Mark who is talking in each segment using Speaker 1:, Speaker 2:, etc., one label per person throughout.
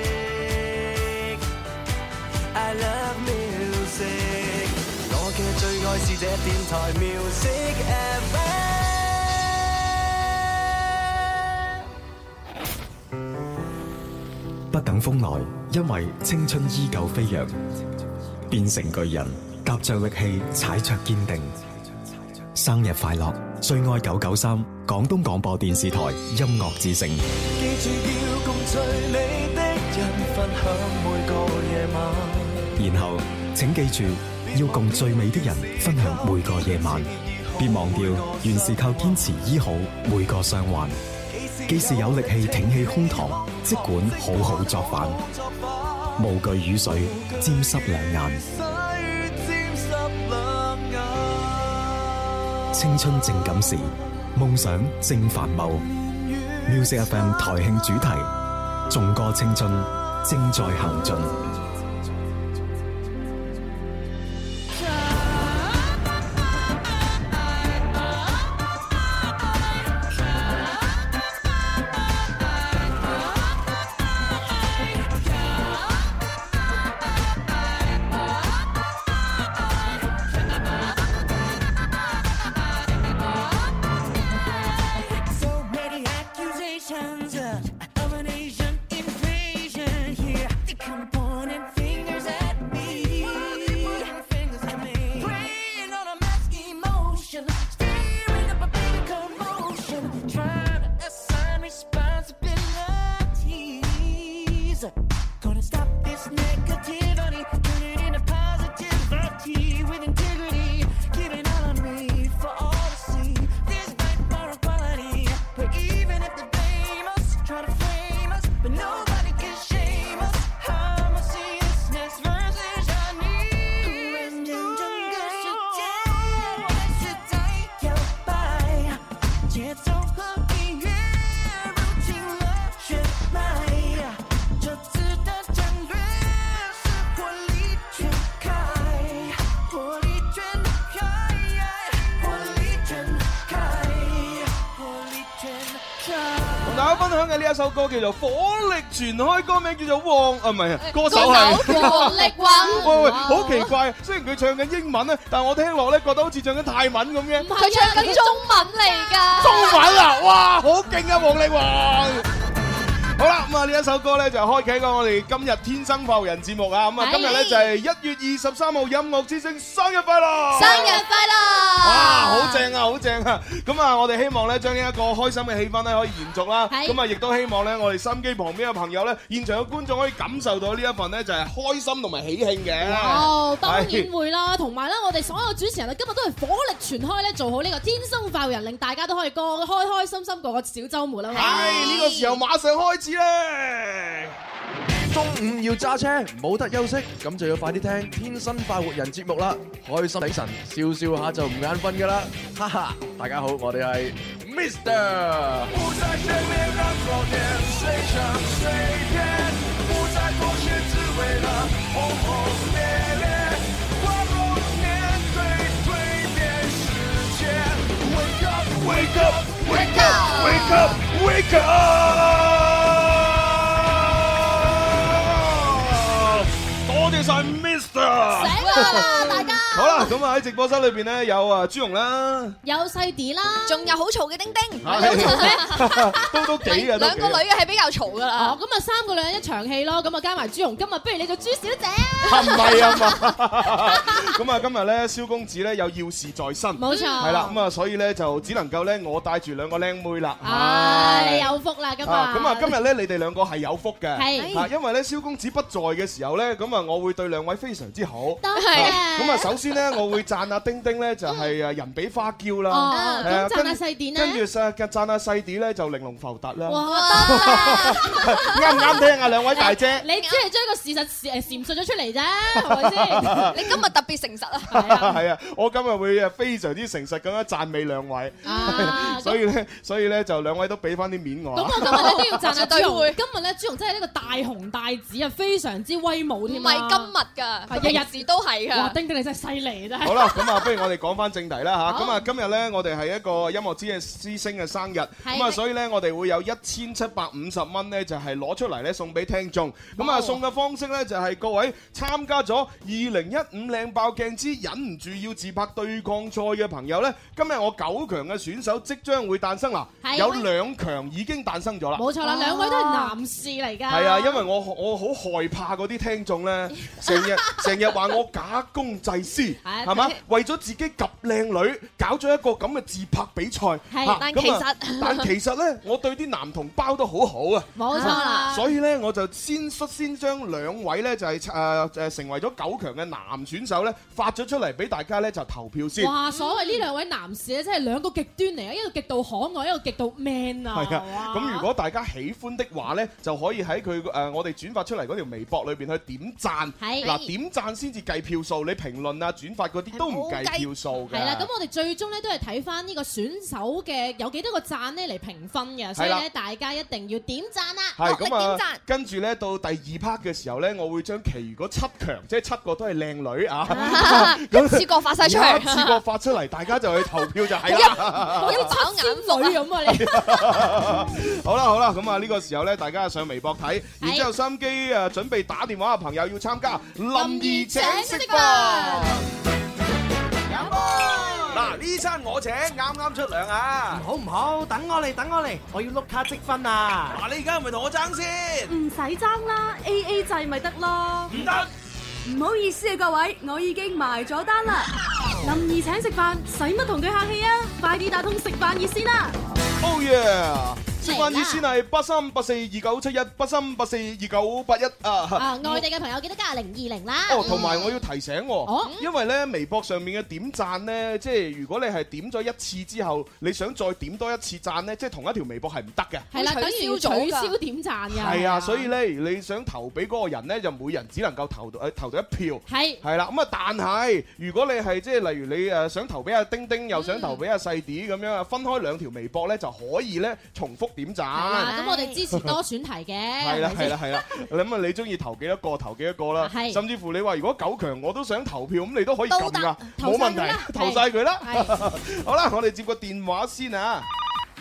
Speaker 1: music。I love music。我嘅最愛是這電台 music FM。
Speaker 2: 不等風來，因為青春依舊飛揚，變成巨人，踏着力氣，踩着堅定。生日快樂！最愛九九三，廣東廣播電視台音樂之聲。
Speaker 1: 記住要共隨你的人分享每個夜晚。
Speaker 2: 然後，請記住要共最美的人分享每個夜晚，別忘掉，原是靠堅持醫好每個傷患。既是有力氣挺起胸膛，即管好好作反，無懼雨水沾濕兩眼。
Speaker 1: 水沾濕兩眼。
Speaker 2: 青春正感時，夢想正繁茂。Music FM 台慶主題：眾歌青春正在行進。
Speaker 3: So many accusations uh, of an Asian invasion here. They come pointing fingers at me. Preying on a mass emotion, stirring up a big commotion, trying to assign responsibilities. Gonna stop this negativity, turn it into positivity with integrity. Give it all on me for all to see. There's right moral quality, but even if they blame us, try to frame us, but nobody can shame us. I'm a seriousness versus I need. Chance of cooking, yeah, routine love should lie. 这次的战略是火力全开，火力全开，火力全开，火力全开。
Speaker 4: 同大家分享嘅呢一首歌叫做《火力全開》，歌名叫做《旺》啊，唔係啊，歌手係。 喂喂，好奇怪！雖然佢唱緊英文咧，但我聽落咧覺得好似唱緊泰文咁嘅。中文啊，哇，好勁啊，王力宏！好啦，咁啊呢一首歌咧就開啟咗我哋今日天生浮人節目啊，咁啊
Speaker 5: 係
Speaker 4: 今日咧就係一月二十三號音樂之聲生日快樂！！哇，好正啊，好正啊！咁啊，我哋希望咧將呢一個開心嘅氣氛咧可以延續啦。
Speaker 5: 係
Speaker 4: 咁啊，亦都希望咧我哋心機旁邊嘅朋友咧，現場嘅觀眾可以感受到呢一份咧就係開心同埋喜慶嘅。
Speaker 5: 哦，當然
Speaker 4: 係
Speaker 5: 會啦，同埋咧，我哋所有主持人咧，啊今日都係火力全開咧，做好呢個天生快活人，令大家都可以過開開心心過個小週末啦。
Speaker 4: 唉，呢個時候馬上開始咧！
Speaker 6: 中午要揸車，冇得休息，咁就要快啲聽《天生快活人》節目啦！開心醒神，笑笑下就唔眼瞓噶啦，哈哈！大家好，我哋係 Mr。
Speaker 4: Wake up, wake up, wake up, wake up！多謝晒 Mr。
Speaker 5: 醒啦啦，大家
Speaker 4: 好啦，咁啊喺直播室裏邊咧有啊 朱容啦，
Speaker 5: 有細啲啦，
Speaker 4: 啊都都幾啊，都幾啊。
Speaker 5: 哦，咁啊三個女人一場戲咯，咁啊加埋朱紅，今日不如你做朱小姐，
Speaker 4: 係咪啊嘛？咁啊今日咧蕭公子咧有要事在身，
Speaker 5: 冇錯，
Speaker 4: 係啦，，咁啊所以咧就只能夠咧我帶住兩個靚妹啦。
Speaker 5: 唉，有福啦，今日，
Speaker 4: 啊，咁啊，今日咧，你哋兩個係有福嘅，
Speaker 5: 係
Speaker 4: 啊，因為咧，蕭公子不在嘅時候咧，咁啊，我會對兩位非常之好。
Speaker 5: 多
Speaker 4: 啊
Speaker 5: 謝，
Speaker 4: 咁啊，首先咧，我會讚阿丁丁咧，就係誒人比花嬌
Speaker 5: 哦，
Speaker 4: 啦，係啊
Speaker 5: 咁讚下細啲
Speaker 4: 跟住
Speaker 5: 呢？
Speaker 4: 讚讚阿細啲咧就玲瓏浮突啦，
Speaker 5: 哇，得啦。
Speaker 4: 啱唔啱聽啊？兩位大姐，
Speaker 5: 你只係將個事實誒闡述咗出嚟啫，啫，係咪先？
Speaker 7: 你今日特別誠實啊！
Speaker 4: 系啊，我今日會诶非常之誠實咁樣讚美兩位，
Speaker 5: 啊，咁
Speaker 4: 所以咧，所以咧就兩位都俾翻啲面我
Speaker 5: 咁
Speaker 4: 啊。
Speaker 5: 我今日 咧都要讚下朱
Speaker 7: 絕對會
Speaker 5: 紅，今日咧朱紅真係呢個大紅大紫啊，非常之威武
Speaker 7: 唔
Speaker 5: 添啊！
Speaker 7: 係今日㗎，
Speaker 5: 日日
Speaker 7: 佢平時都係
Speaker 5: 哇，
Speaker 7: 㗎。
Speaker 5: 丁丁你真係犀利真
Speaker 4: 好
Speaker 5: 係。
Speaker 4: 啦，咁啊，不如我哋講翻正題啦
Speaker 5: 好
Speaker 4: 吓。咁啊，今日咧我哋係一個音樂之嘅之星嘅生日，咁啊，
Speaker 5: 係
Speaker 4: 所以咧我哋會有一千七百五十蚊咧就係攞出嚟咧送俾聽眾。咁啊，
Speaker 5: 哇
Speaker 4: 送嘅方式咧就係各位參加咗二零一五靚爆鏡之忍唔住要自拍對抗賽嘅朋友咧，今日我九強嘅選手即將會誕生啦，
Speaker 5: 係
Speaker 4: 有兩強已經誕生咗啦。
Speaker 5: 冇錯啦，兩位都係男士嚟㗎。
Speaker 4: 係啊，因為我我好害怕嗰啲聽眾咧， 成日成日話我假公濟私，
Speaker 5: 啊
Speaker 4: 係嘛？為咗自己及靚女，搞咗一個咁嘅自拍比賽。嚇
Speaker 7: 但
Speaker 4: 咁啊
Speaker 7: 其實
Speaker 4: 但其實咧，我對啲男同胞都好好啊。
Speaker 5: 冇錯啦。
Speaker 4: 所以咧，我就先率先將兩位咧就係誒誒成為咗九強嘅男選手咧發咗出嚟俾大家咧就投票先。
Speaker 5: 哇！所謂呢兩位男士咧，真係兩個極端嚟啊，一個極度可愛，一個極度 man 啊。
Speaker 4: 係啊，
Speaker 5: 哇
Speaker 4: 咁如果大家喜歡的話呢，就可以喺佢誒我哋轉發出嚟嗰條微博裏邊去點讚。
Speaker 5: 係
Speaker 4: 嗱，點讚先至計票數，你評論啊、轉發嗰啲都唔計票數嘅。
Speaker 5: 係啦，咁我哋最終咧都係睇翻呢個選手嘅有幾多個讚咧嚟評分嘅，所以
Speaker 4: 係啦
Speaker 5: 咧大家一定要點讚啦。
Speaker 4: 係
Speaker 7: 落力
Speaker 4: 咁啊
Speaker 7: 點讚，
Speaker 4: 跟住呢，到第二 part 嘅時候呢，我會將其餘嗰七強，即係七個都係靚女 啊，咁
Speaker 7: 試過發晒出
Speaker 4: 一
Speaker 7: 嚟，
Speaker 4: 次過發出嚟，大家就去投票就係
Speaker 8: 啊
Speaker 4: 啦。
Speaker 5: 好似七仙女咁啊！你
Speaker 4: 好啦好啦，咁啊呢個時候呢，大家上微博睇，然之後心機誒準備打電話嘅朋友要參加林兒請食飯。嗱，呢餐我請，啱啱出糧啊！
Speaker 1: 好唔好？等我嚟，等我嚟，我要碌卡積分啊！
Speaker 4: 嗱，你而家係咪同我爭先？
Speaker 8: 唔使爭啦，A A 制咪得咯。
Speaker 4: 唔得，
Speaker 8: 唔好意思啊，各位，我已經埋咗單啦。林兒請食飯，使乜同佢客氣啊？快啲打通食飯熱線啦！
Speaker 4: Oh yeah！食飯熱先係八三八四二九七一，八三八四二九八一啊！
Speaker 5: 啊，外地嘅朋友記得加零二零啦。
Speaker 4: 哦，同埋我要提醒
Speaker 5: 哦
Speaker 4: 喎，因為咧微博上面嘅點讚咧，即係如果你係點咗一次之後，你想再點多一次讚咧，即係同一條微博係唔得嘅。
Speaker 5: 嗯係啦，等於要
Speaker 7: 取消咗㗎
Speaker 5: 取消點讚㗎。
Speaker 4: 係啊，所以咧你想投俾嗰個人咧，就每人只能夠投到誒呃投到一票。
Speaker 5: 係
Speaker 4: 係啦，咁啊，但係如果你係即係例如你誒想投俾阿丁丁，
Speaker 5: 嗯
Speaker 4: 又想投俾阿細啲咁樣啊，分開兩條微博咧就可以咧重複
Speaker 5: 係
Speaker 4: 點讚。
Speaker 5: 啦，啊咁我哋支持多選題嘅。
Speaker 4: 係啦
Speaker 5: 係咪
Speaker 4: 係
Speaker 5: 先
Speaker 4: 啦係啦，咁啊你中意投幾多個投幾多個啦，
Speaker 5: 係
Speaker 4: 甚至乎你話如果九強我都想投票，咁你都可以撳
Speaker 7: 都得
Speaker 4: 噶，
Speaker 5: 投
Speaker 4: 冇問
Speaker 5: 晒佢啦係
Speaker 4: 題，投晒佢啦。
Speaker 5: 係
Speaker 4: 好啦，我哋接個電話先啊。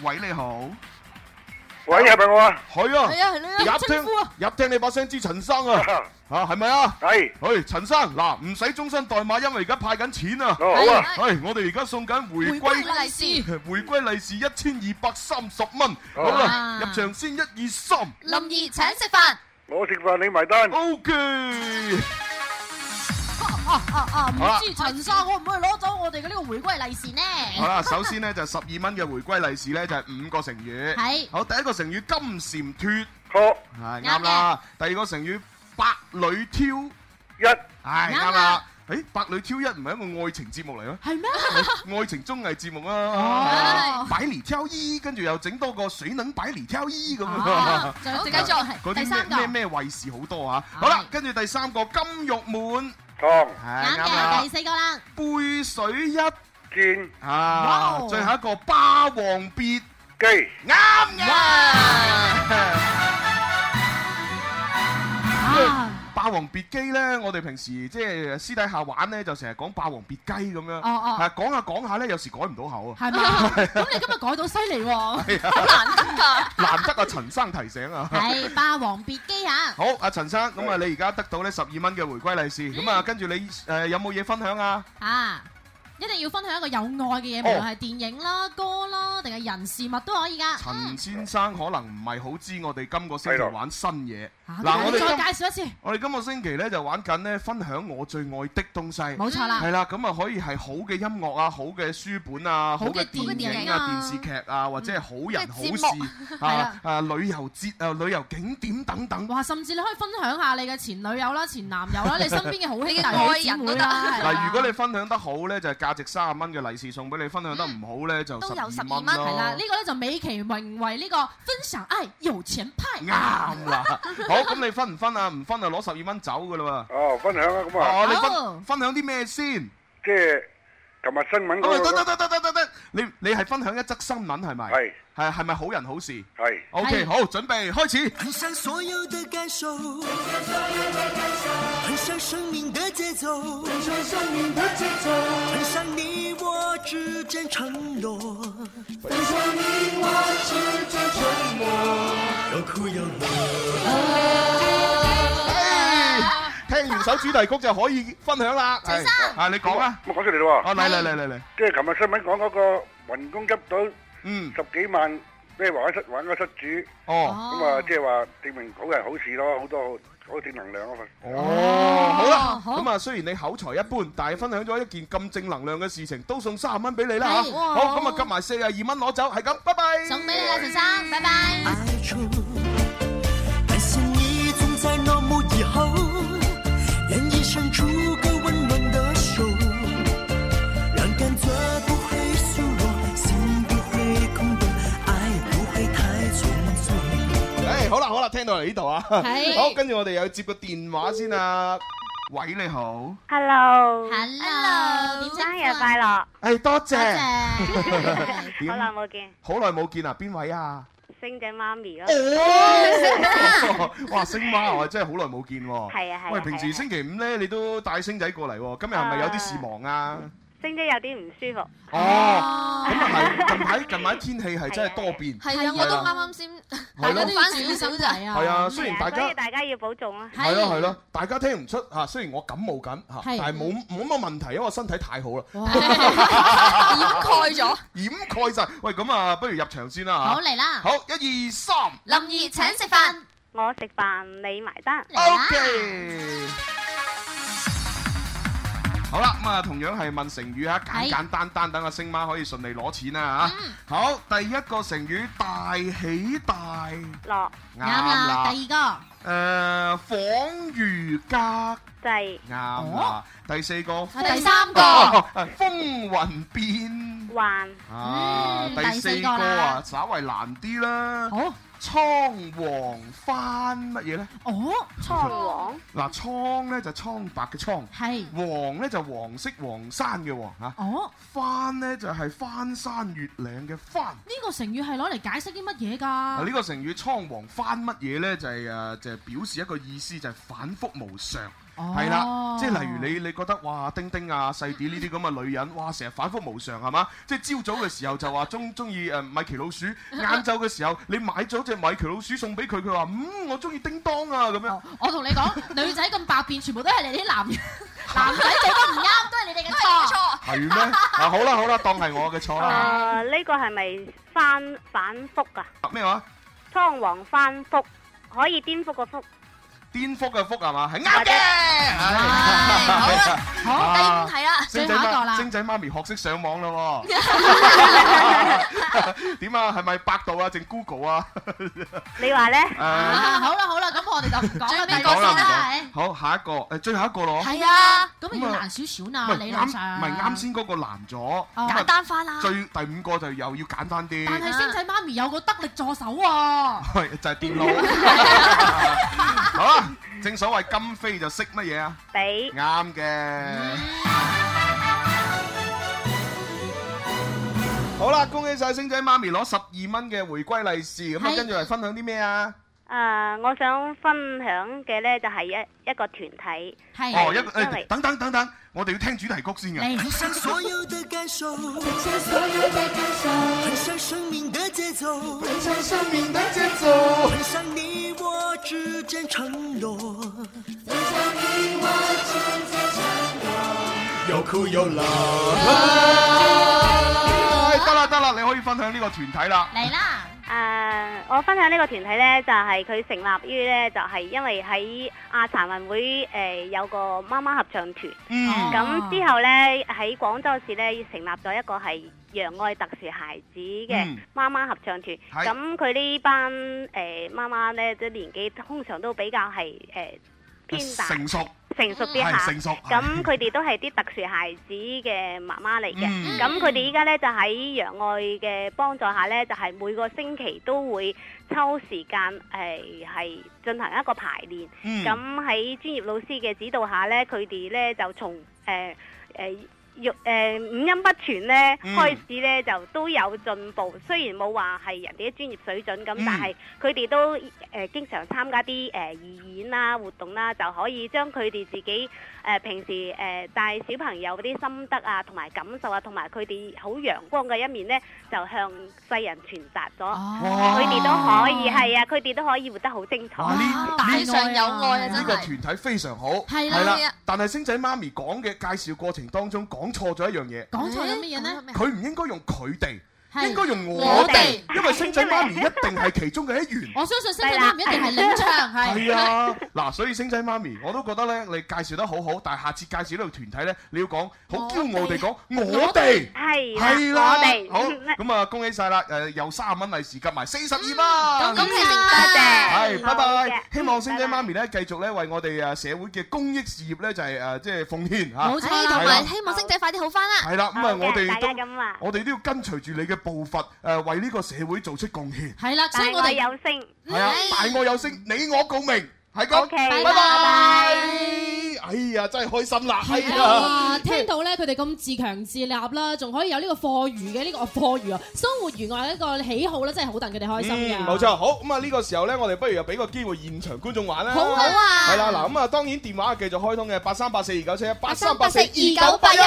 Speaker 4: 喂，你好。
Speaker 9: 喂，係咪我啊？
Speaker 4: 係啊。
Speaker 7: 係啊係啦，
Speaker 4: 入聽入聽你把聲知陳生啊，嚇係咪啊？
Speaker 9: 係，
Speaker 4: 喂，陳生嗱，唔使終身代碼，因為而家派緊錢啊。
Speaker 9: 哦好啊，
Speaker 4: 係，我哋而家送緊回歸
Speaker 7: 利是，
Speaker 4: 回歸利是一千二百三十蚊，
Speaker 9: 哦
Speaker 4: 好啦，入場先一二三
Speaker 7: 啊林兒請食飯。
Speaker 9: 我食飯你埋單。
Speaker 4: ，OK。好
Speaker 5: 啊
Speaker 4: 啦，
Speaker 5: 陳生，可唔可以攞走我哋嘅呢個回歸利是呢？
Speaker 4: 好啦，首先呢，就十二蚊嘅回歸利是呢，就係五個成語。
Speaker 5: 係
Speaker 4: 好，第一個成語金蟬脱，
Speaker 9: 錯
Speaker 4: 係
Speaker 5: 啱
Speaker 4: 啱啦。第二個成語百里挑，
Speaker 9: 一，
Speaker 4: 係啱
Speaker 5: 啱
Speaker 4: 啦
Speaker 5: 啦。
Speaker 4: 誒，百里挑一唔係一個愛情節目嚟咩？
Speaker 5: 係咩？
Speaker 4: 愛情綜藝節目啊，百里挑一，跟住又整多個水能百里挑一咁樣，
Speaker 7: 好，繼續。
Speaker 4: 嗰啲咩咩咩衛視好多啊！好啦，跟住第三個金玉滿，
Speaker 9: 唐
Speaker 4: 係
Speaker 5: 啱
Speaker 4: 啱
Speaker 5: 嘅，
Speaker 4: 啦
Speaker 5: 第，四個啦，
Speaker 4: 背水一
Speaker 9: 戰
Speaker 4: 啊，最後一個霸王別
Speaker 9: 機，
Speaker 4: 啱 嘅。霸王別姬呢，我哋平時即係私底下玩呢，就成日講霸王別雞咁樣，係講下講下呢，有時改唔到口啊。
Speaker 5: 係嘛？咁你今日改到犀利喎，
Speaker 4: 難得啊，陳生提醒啊。
Speaker 5: 係霸王別姬啊！
Speaker 4: 好，阿陳生，咁啊，你而家得到呢十二蚊嘅回歸利是，咁啊，跟住你誒有冇嘢分享啊？
Speaker 5: 啊！一定要分享一個有愛嘅嘢，無
Speaker 4: 哦
Speaker 5: 論係電影啦、歌啦，定係人事物都可以噶。
Speaker 4: 陳先生可能唔係好知我哋今個星期玩新嘢。
Speaker 5: 啊
Speaker 4: 嗱，我哋
Speaker 5: 再
Speaker 4: 今
Speaker 5: 介紹一次，
Speaker 4: 我哋今個星期呢就玩緊呢分享我最愛的東西。
Speaker 5: 冇錯啦
Speaker 4: 係。啦，咁啊可以係好嘅音樂啊，好嘅書本啊，好
Speaker 5: 好
Speaker 4: 嘅
Speaker 5: 嘅
Speaker 4: 電
Speaker 5: 電
Speaker 4: 影
Speaker 5: 影
Speaker 4: 啊、
Speaker 5: 啊嗯
Speaker 4: 電視劇啊，或者係好人好
Speaker 7: 即係節目
Speaker 4: 事啊、啊旅遊節啊、旅遊景點等等。
Speaker 5: 哇！甚至你可以分享下你嘅前女友啦、前男友啦、 你身邊嘅好兄 弟、好姊妹啦。 係
Speaker 4: 啊嗱，
Speaker 5: 啦
Speaker 4: 如果你分享得好呢，就係價值三十蚊嘅利是送俾你；分享得唔好呢，就
Speaker 7: 都
Speaker 4: 十
Speaker 7: 有
Speaker 4: 二
Speaker 7: 12
Speaker 4: 蚊
Speaker 7: 蚊
Speaker 5: 係啦，呢
Speaker 4: 咯。
Speaker 5: 個咧就美其名為呢個分享愛有錢派。
Speaker 4: 啱啦，好咁你分唔分啊？唔分就攞十二蚊走噶啦喎。
Speaker 10: 哦，分享啊，咁
Speaker 4: 哦，
Speaker 10: 啊，
Speaker 4: 你分分享啲咩先？
Speaker 10: 即係琴日新聞
Speaker 4: 啊
Speaker 10: 嗰
Speaker 4: 喂，得
Speaker 10: 個
Speaker 4: 得得得得得得，你你係分享一則新聞係咪？
Speaker 10: 係
Speaker 4: 係係咪好人好事
Speaker 10: 係
Speaker 4: ？OK，好，準備開始。
Speaker 3: 很像所有的感受，很像生命的节奏，很像生命的节奏，很像你我之间承诺，很像你我之间承诺，有哭有闹。
Speaker 4: 聽完首主題曲就可以分享啦。係啊，你講啦。
Speaker 10: 咁啊講出嚟咯喎，
Speaker 4: 哦，嚟嚟嚟嚟嚟，
Speaker 10: 即係琴日新聞講嗰個民工執到
Speaker 4: 嗯，
Speaker 10: 十幾萬咩玩失玩個失主，
Speaker 4: 哦，
Speaker 10: 咁啊即係話證明好人好事咯，好多好好正能量啊嘛。
Speaker 4: 哦，好啦，咁啊，雖然你口才一般，但係分享咗一件咁正能量嘅事情，都送三十蚊俾你啦嚇。
Speaker 11: 哇
Speaker 4: 好，咁啊，夾埋四十二蚊攞走，係咁，拜拜。
Speaker 11: 送俾你啦，陳生，拜拜。
Speaker 3: 爱出，但是你总在落幕以后，愿意伸出个温暖的手，让感觉不会失落，心不会空洞，爱不会太匆促。
Speaker 4: 誒，哎好啦好啦，聽到嚟呢度啊。
Speaker 5: 係
Speaker 4: 好，跟住我哋又接個電話先啊。喂，你好。
Speaker 12: Hello，à,
Speaker 11: Hello，點稱呼啊
Speaker 12: 生日快樂！
Speaker 4: 誒，哎多
Speaker 11: 多
Speaker 4: 謝。Ờ,
Speaker 11: 謝。
Speaker 12: 好
Speaker 4: 點
Speaker 12: 耐冇見，
Speaker 4: 好耐冇見啊，邊位啊？
Speaker 12: 星仔媽咪咯，
Speaker 4: 哦哇，星媽，我真係好耐冇見喎。
Speaker 12: 係啊係啊
Speaker 4: 喂，平時
Speaker 12: 係啊
Speaker 4: 星期五咧，你都帶星仔過嚟喎，今日係咪有啲事忙啊？
Speaker 12: 星仔有啲唔舒服，
Speaker 4: 哦，咁啊係，近排近排天氣係真係多變。
Speaker 11: 係啊，我都啱啱先，
Speaker 4: 係
Speaker 11: 大
Speaker 4: 咯
Speaker 11: 家都要注意手仔啊。
Speaker 4: 係啊，雖然
Speaker 12: 係
Speaker 4: 大
Speaker 12: 啊所以
Speaker 4: 家
Speaker 12: 大家要保重啦。
Speaker 4: 係咯係咯，大家聽唔出嚇，雖然我感冒緊嚇，
Speaker 5: 係
Speaker 4: 但係冇冇乜問題，因為我身體太好啦，
Speaker 11: 掩蓋咗。
Speaker 4: 掩蓋晒。喂，咁啊，不如入場先啦
Speaker 11: 好嚟啦
Speaker 4: 嚇。，好，一二三
Speaker 11: 林怡請食飯，
Speaker 12: 我食飯你埋單，
Speaker 11: 嚟啦。
Speaker 4: ，OK。好啦，咁啊，同樣係問成語啊，簡
Speaker 11: 係
Speaker 4: 簡單單，等阿星媽可以順利攞錢啦嚇。好，第一個成語大起大，
Speaker 12: 落
Speaker 11: 啱
Speaker 4: 啱
Speaker 11: 啦，第二
Speaker 4: 誒，仿如隔。
Speaker 12: 制
Speaker 4: 啱啦，第四個
Speaker 11: 個，第三個，
Speaker 4: 哦 風雲變
Speaker 12: 還
Speaker 4: 啊，
Speaker 11: 嗯
Speaker 4: 第四
Speaker 11: 第四
Speaker 4: 個
Speaker 11: 個
Speaker 4: 啊
Speaker 11: 啦，
Speaker 4: 稍為難啲啦。
Speaker 5: 好，
Speaker 4: 倉皇翻乜嘢咧？
Speaker 5: 哦，
Speaker 12: 倉皇
Speaker 4: 嗱，倉咧就蒼白嘅蒼，
Speaker 5: 係，
Speaker 4: 黃咧就黃色黃山嘅黃嚇，
Speaker 5: 哦，
Speaker 4: 翻咧就係翻山越嶺嘅翻。
Speaker 5: 呢個成語係攞嚟解釋啲乜嘢
Speaker 4: 啊！呢
Speaker 5: 㗎？
Speaker 4: 個成語倉皇翻乜嘢呢？就係、誒，就係、表示一個意思，就係、反覆無常，
Speaker 5: 哦
Speaker 4: 係啦、即係例如你你覺得哇，丁丁啊、細啲呢啲咁嘅女人，哇，成日反覆無常係嘛？即係朝早嘅時候就話中中意誒米奇老鼠，晏晝嘅時候你買咗只米奇老鼠送俾佢，佢話嗯我中意叮當啊咁樣。
Speaker 5: 哦我同你講，女仔咁百變，全部都係你啲男 人，男仔做得唔啱，都係你哋嘅錯。
Speaker 11: 錯。
Speaker 4: 係咩？啊好啦好啦，當係我嘅錯啦。
Speaker 12: 啊呢個係咪翻反覆 啊？
Speaker 4: 咩話？
Speaker 12: 倉皇翻覆可以顛覆個覆，
Speaker 4: 顛覆嘅覆係嘛？係
Speaker 12: 或
Speaker 4: 啱
Speaker 12: 者
Speaker 4: 嘅。
Speaker 11: 好 啦，
Speaker 4: 啊
Speaker 11: 好，第五題啦。
Speaker 4: 星仔
Speaker 5: 最後一個
Speaker 4: 媽
Speaker 5: 啦
Speaker 4: 星仔媽咪學識上 網啦喎，點啊？係咪百度啊？定 Google 啊？
Speaker 12: 你話呢？
Speaker 4: 誒，
Speaker 5: 啊，好啦好啦，咁我哋就唔講啦，
Speaker 11: 最尾
Speaker 5: 第
Speaker 11: 嗰
Speaker 5: 二
Speaker 4: 講
Speaker 5: 個
Speaker 4: 啦
Speaker 11: 先
Speaker 4: 唔
Speaker 11: 啦
Speaker 4: 講，好下一個誒，最後一個咯。
Speaker 11: 係啊，
Speaker 5: 咁咪要難少少啦，
Speaker 4: 喂
Speaker 5: 理
Speaker 4: 啱
Speaker 5: 論
Speaker 4: 唔
Speaker 5: 上。
Speaker 4: 係啱。先嗰個難咗，
Speaker 11: 簡
Speaker 4: 咁啊
Speaker 11: 單化啦。
Speaker 4: 最第五個就又要簡單啲，
Speaker 5: 但係星仔媽咪有個得力助手喎。
Speaker 4: 係就係 電腦。 好啦，正所謂今非就識乜嘢啊？
Speaker 12: 俾
Speaker 4: 啱嘅。好啦，恭喜晒星仔媽咪攞十二蚊嘅回歸利是，咁啊
Speaker 5: 係
Speaker 4: 跟住嚟分享啲咩啊？
Speaker 12: 啊，我想分享嘅呢就係一一個團體，
Speaker 5: 係。
Speaker 4: 哦，一個
Speaker 12: 因為
Speaker 4: 誒，等等等等，我哋要聽主題曲先嘅。
Speaker 5: 嚟，
Speaker 3: 像所有的感受，很像生命的节奏，很像生命的节奏，很像你我之间承诺，很像你我之间承诺，有哭有闹。
Speaker 4: 哎得啦得啦，你可以分享呢個團體啦。
Speaker 11: 嚟啦，
Speaker 12: 誒、啊我分享呢個團體呢，就係、佢成立於呢，就係、因為喺亞殘運會誒、有個媽媽合唱團，
Speaker 4: 嗯
Speaker 5: 哦，
Speaker 12: 咁、之後呢，喺廣州市呢，成立咗一個係陽愛特殊孩子嘅
Speaker 4: 嗯
Speaker 12: 媽媽合唱團。
Speaker 4: 係
Speaker 12: 咁佢呢班誒、媽媽呢，即係年紀通常都比較係誒、偏大
Speaker 4: 成熟
Speaker 12: 成熟啲
Speaker 4: 係
Speaker 12: 嚇，
Speaker 4: 成熟係
Speaker 12: 咁佢哋都係啲特殊孩子嘅媽媽嚟
Speaker 4: 嗯
Speaker 12: 嘅。咁佢哋依家呢，就喺楊愛嘅幫助下呢，就係、每個星期都會抽時間誒係進行一個排練。
Speaker 4: 嗯
Speaker 12: 咁喺專業老師嘅指導下呢，佢哋呢就從誒誒育誒五音不全呢
Speaker 4: 嗯
Speaker 12: 開始呢，就都有進步。雖然冇話係人哋嘅專業水準咁，但係佢哋都誒、呃、經常參加啲誒義演啦、活動啦，就可以將佢哋自己誒、呃平時誒、呃帶小朋友嗰啲心得啊，同埋感受啊，同埋佢哋好陽光嘅一面呢，就向世人傳達咗。佢哋都可以係啊，佢哋都可以活得好精彩。
Speaker 4: 呢
Speaker 13: 上有
Speaker 5: à.
Speaker 13: 愛啊真係
Speaker 4: 呢個團體非常好，
Speaker 13: 係啦
Speaker 4: 係
Speaker 13: 係啊
Speaker 4: 但係星仔媽咪講嘅介紹過程當中講錯咗一樣嘢，
Speaker 5: 講錯咗 à? 乜嘢呢？
Speaker 4: 佢唔應該用佢哋，
Speaker 5: 係
Speaker 4: 應該用
Speaker 5: 我
Speaker 4: 我
Speaker 5: 哋
Speaker 4: 哋，因為星仔媽咪一定係其中嘅一員。
Speaker 5: 我相信星仔媽咪一定係領唱，係
Speaker 4: 係啊， 嗱，所以星仔媽咪，我都覺得咧，你介紹得好好，但係下次介紹呢個團體咧，你要講好驕傲地講我哋。
Speaker 12: 係啦，
Speaker 4: 係啦，
Speaker 12: 我哋
Speaker 4: 好咁啊，恭喜晒啦！誒，有三十蚊利是，夾埋四十二蚊。
Speaker 12: 嗯恭喜晒多謝
Speaker 4: 係，拜
Speaker 12: 好
Speaker 4: 拜
Speaker 12: 嘅。
Speaker 4: 希望星仔媽咪咧繼續咧為我哋誒社會嘅公益事業咧就係誒即係奉獻嚇。
Speaker 14: 冇錯啦，同埋希望星仔快啲好翻啦。
Speaker 4: 係啦，咁啊，我哋
Speaker 14: 大家
Speaker 4: 都我哋都要跟隨住你嘅步伐，誒為呢個社會做出貢獻。
Speaker 5: 係啦，所以我
Speaker 12: 大愛
Speaker 5: 哋
Speaker 12: 有聲。
Speaker 4: 係啊，大愛有聲，你我共鳴，係咁，拜
Speaker 5: 拜
Speaker 4: 拜。哎呀，真係開心啦！哎呀，
Speaker 5: 啊！聽到咧，佢哋咁自強自立啦，仲可以有呢個課餘嘅呢個課餘啊，生活餘外一個喜好咧，真係好戥佢哋開心㗎。
Speaker 4: 嗯，冇錯，好咁啊！呢個時候呢，我哋不如又俾個機會現場觀眾玩啦。
Speaker 5: 好啊好啊
Speaker 4: 係啦，嗱咁啊，當然電話繼續開通嘅八三八四二九七一八三八四二九八一。
Speaker 5: 83842981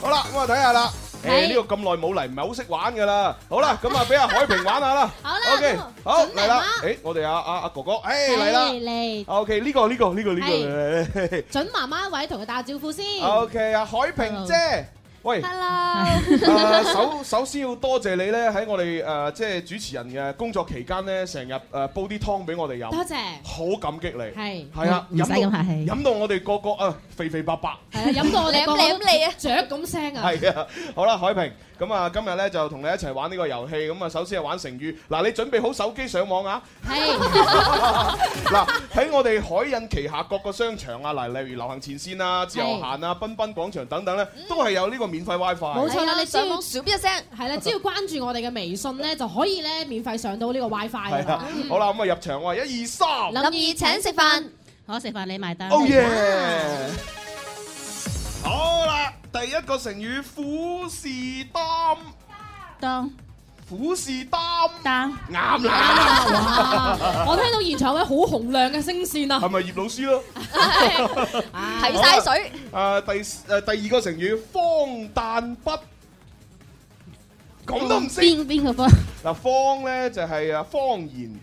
Speaker 4: 好啦，咁啊睇下啦。誒
Speaker 5: 係
Speaker 4: 呢個咁耐冇嚟，唔係好識玩㗎啦。好啦，咁啊俾阿海平玩下啦。
Speaker 5: 好啦
Speaker 4: OK，好嚟啦。誒，我哋阿阿阿哥哥，誒嚟啦。
Speaker 5: 嚟嚟
Speaker 4: OK，呢個呢個呢個呢個嚟。
Speaker 5: 準媽媽一位同佢打招呼先。
Speaker 4: OK，阿海平姐，喂。
Speaker 5: Hello
Speaker 4: 啊首首先要多謝你咧，喺我哋誒即係主持人嘅工作期間咧，成日誒煲啲湯俾我哋飲，
Speaker 5: 多謝
Speaker 4: 好感激你，
Speaker 5: 係
Speaker 4: 係啊，
Speaker 3: 唔使咁客氣
Speaker 4: 飲到飲到我哋個個啊肥肥白白，
Speaker 5: 係啊，飲到我哋個個
Speaker 14: 舐舐你啊
Speaker 5: 雀咁聲啊！
Speaker 4: 係啊，好啦，海平，咁啊今日咧就同你一齊玩呢個遊戲，咁啊首先係玩成語，嗱你準備好手機上網啊，嗱喺我哋海印旗下各個商場啊，嗱例如流行前線啊、自由行啊、賓賓廣場等等咧，都係有呢個免費 WiFi，
Speaker 5: 冇錯啦，你只
Speaker 14: 上
Speaker 5: 要
Speaker 14: 網
Speaker 5: 少一聲， 係啦，只要關注我哋嘅微信咧，就可以咧免費上到呢個 WiFi 㗎
Speaker 4: 係
Speaker 5: 啦
Speaker 4: 啊，好啦，咁啊入場我係一二三，
Speaker 5: 林怡請食飯，
Speaker 3: 我食飯你埋單。
Speaker 4: Oh yeah！好啦，第一個成語虎視眈
Speaker 3: 當
Speaker 4: 虎視眈
Speaker 3: 眈，
Speaker 4: 啱
Speaker 5: 啦
Speaker 4: 啦！
Speaker 5: 我聽到現場位好洪亮嘅聲線啊！
Speaker 4: 係咪葉老師咯？
Speaker 5: 睇
Speaker 4: 睇晒水。誒啊第誒第二個成語荒誕不，咁都唔識。
Speaker 3: 邊邊個方？
Speaker 4: 嗱，荒咧就係誒方言，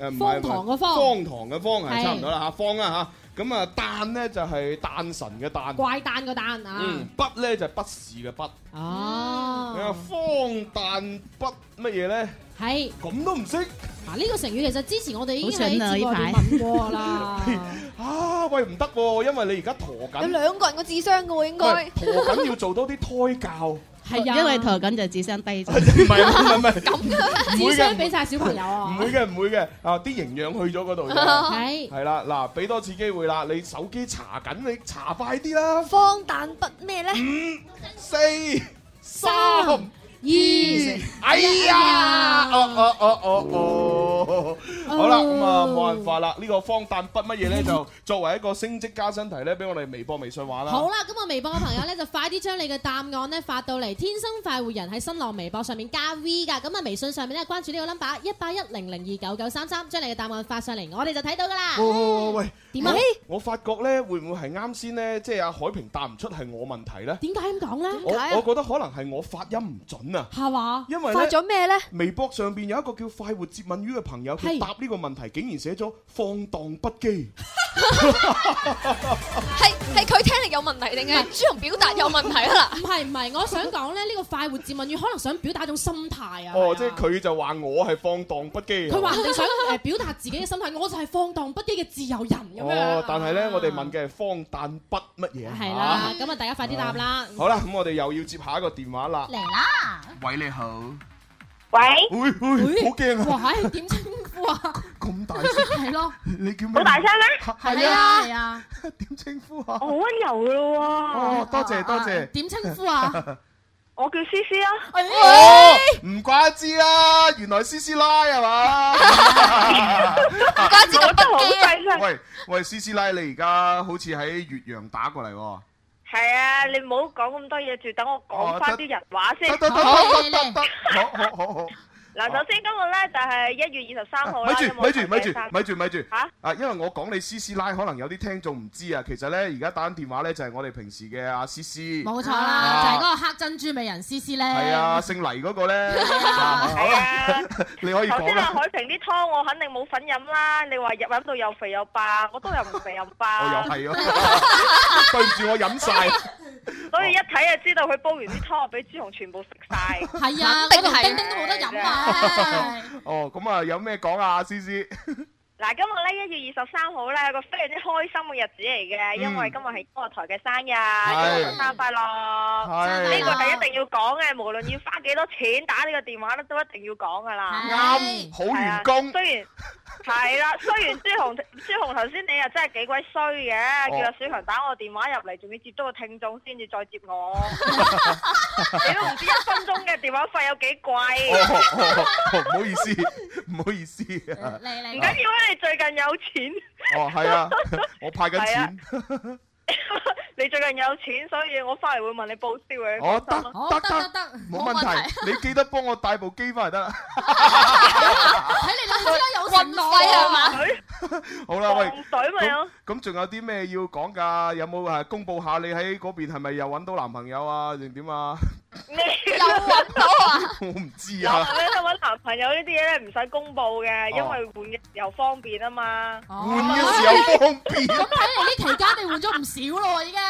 Speaker 4: 誒唔係
Speaker 5: 荒唐嘅荒
Speaker 4: 荒唐嘅荒係
Speaker 5: 係
Speaker 4: 差唔多啦嚇，荒啦嚇。咁啊，誕咧就係誕神嘅誕。
Speaker 5: 怪誕個誕啊
Speaker 4: 嗯！，筆咧就係筆試嘅筆。
Speaker 5: 哦
Speaker 4: 啊，荒誕不乜嘢咧？
Speaker 5: 係
Speaker 4: 咁都唔識
Speaker 5: 嗱，呢個成語其實之前我哋已經喺
Speaker 4: 好
Speaker 5: 節目
Speaker 4: 蠢啊呢
Speaker 5: 裏
Speaker 4: 排
Speaker 5: 問過啦。
Speaker 4: 啊！喂，唔得喎，因為你而家陀緊，
Speaker 14: 有兩個人嘅智商嘅喎，應
Speaker 4: 唔係
Speaker 14: 該。
Speaker 4: 陀 緊要做多啲胎教。
Speaker 3: 係啊，因為頭緊就智商低咗。
Speaker 4: 唔係唔係 唔係，
Speaker 5: 啊
Speaker 4: 唔會嘅
Speaker 5: 智商俾晒小朋友啊
Speaker 4: 唔！會嘅，唔會嘅，啊啲營養去咗嗰度啫，
Speaker 5: 係
Speaker 4: 係啦，嗱，俾多次機會啦，你手機查緊，你查快啲啦，
Speaker 14: 荒誕不咩咧？
Speaker 4: 四三二，哎呀，哦哦哦哦哦，好啦，咁啊冇辦法啦，呢個荒誕不乜嘢咧，就作為一個升職加薪題咧，俾我哋微博、微信玩啦。
Speaker 5: 好啊啦，咁我微博嘅朋友咧就快啲將你嘅答案咧發到嚟，天生快活人喺新浪微博上面加 V 噶，咁啊微信上面咧關注呢個 number 一八一零零二九九三三，將你嘅答案發上嚟，我哋就睇到噶啦。
Speaker 4: 喂喂 喂喂，
Speaker 5: 啊哎點啊
Speaker 4: 我？我發覺咧，會唔會係啱先咧，即係阿海平答唔出係我問題咧？
Speaker 5: 點解咁講咧？
Speaker 4: 我我覺得可能係我發音唔準啊。
Speaker 5: 係嘛？
Speaker 4: 因為
Speaker 5: 發咗
Speaker 14: 咩咧？
Speaker 4: 微博上邊有一個叫快活接吻魚嘅朋友，佢答呢個問題竟然寫咗放蕩不羈。
Speaker 14: 係係佢聽力有問題定係朱紅表達有問題啊啦？
Speaker 5: 唔係唔係，我想講咧，呢個快活自問語可能想表達一種心態啊。
Speaker 4: 哦，即係佢就話我係放蕩不羈。哦
Speaker 5: 佢話人哋想誒表達自己嘅心態，我就係放蕩不羈嘅自由人咁
Speaker 4: 哦
Speaker 5: 樣。，
Speaker 4: 但係呢，我哋問嘅係荒誕不乜嘢？
Speaker 5: 啊係
Speaker 4: 啊
Speaker 5: 啦，咁啊大家快啲答啦。
Speaker 4: 好啦，咁我哋又要接下一個電話啦。
Speaker 5: 嚟啦！
Speaker 4: 喂，你好。
Speaker 12: 喂。
Speaker 4: 喂喂，好驚啊！
Speaker 5: 哇，係點稱呼啊？
Speaker 4: 咁大聲，
Speaker 15: 係咯，
Speaker 4: 你叫咩？
Speaker 14: 好大聲咩？
Speaker 4: 係啊，
Speaker 15: 係啊，
Speaker 4: 點稱呼啊？
Speaker 14: 好温柔噶咯喎。
Speaker 4: 哦，多謝多謝。
Speaker 14: 點
Speaker 5: 稱
Speaker 14: 呼啊？ 我叫思思啊。
Speaker 4: 哦，唔怪之啦，原來思思奶係嘛？唔
Speaker 14: 怪之咁不羈
Speaker 4: 喂喂，思思奶，你而家好似喺越洋打過嚟喎。
Speaker 14: 係啊，你唔好講咁多嘢住，等我講翻啲人話先。
Speaker 4: 得得得得得得，好好好好。
Speaker 14: 嗱，首先今日咧就係一月二十三號啦
Speaker 4: 咪，住 咪住咪住咪住咪住
Speaker 14: 嚇
Speaker 4: 啊！因為我講你 C C 奶，可能有啲聽眾唔知啊。其實咧，而家打緊電話咧就係我哋平時嘅阿啊 C C，
Speaker 5: 冇錯啦，就係嗰個黑珍珠美人絲絲咧。
Speaker 4: 係啊，姓黎嗰個咧。啊好啦， 你可以
Speaker 14: 頭
Speaker 4: 講
Speaker 14: 先阿
Speaker 4: 啦。
Speaker 14: 海平啲湯我肯定冇份飲啦，你話入飲到又肥又白，我都又唔肥又白，
Speaker 4: 我又係 啊，對唔住我飲晒。
Speaker 14: 所以一睇就知道佢煲完啲湯，我俾朱紅全部食晒。
Speaker 5: 係啊，我
Speaker 14: 肯定
Speaker 5: 同
Speaker 14: 係
Speaker 5: 丁丁都冇得飲啊！
Speaker 4: 哦，咁啊，有咩講啊，C C？
Speaker 14: 嗱，今日咧一月二十三號咧，係個非常之開心嘅日子嚟嘅，
Speaker 4: 嗯
Speaker 14: 因為今日係歌台嘅生日，祝我生日快樂！呢個係一定要講嘅，無論要花幾多錢打呢個電話咧，都一定要講噶啦。
Speaker 4: 啱，好員工。
Speaker 14: 雖然係啦，雖然朱紅 朱紅頭先你又真係幾鬼衰嘅，
Speaker 4: 哦
Speaker 14: 叫阿小強打我電話入嚟，仲要接咗個聽眾先至再接 我，你都唔知一分鐘嘅電話費有幾貴。
Speaker 4: 哦哦哦唔好意思，唔好意思啊。
Speaker 14: 唔緊要啊，你最近有錢。
Speaker 4: 哦，係啊，我派緊
Speaker 14: à.
Speaker 4: 錢。
Speaker 14: 你最近有錢，所以我翻嚟會問你報銷嘅。
Speaker 4: 哦
Speaker 14: 放心啦
Speaker 4: 得得得得冇問題，你記得幫我帶部機翻嚟得啦。
Speaker 5: 睇你老知有
Speaker 16: 運費係嘛？
Speaker 4: 好啦，喂，
Speaker 14: 防水咪有
Speaker 4: 咁咁仲有啲咩要講㗎？有冇誒公佈下你喺嗰邊係咪又揾到男朋友啊？定點啊？
Speaker 14: 你
Speaker 16: 又揾到啊？
Speaker 4: 我唔 知
Speaker 14: 男
Speaker 4: 啊。
Speaker 14: 咧揾男朋友呢啲嘢咧唔使公佈嘅，因為
Speaker 4: 哦
Speaker 14: 換嘅時候方便啊嘛。
Speaker 5: 換
Speaker 4: 換嘅時候方便。
Speaker 5: 咁睇嚟呢期間你換咗唔少咯喎，已 經。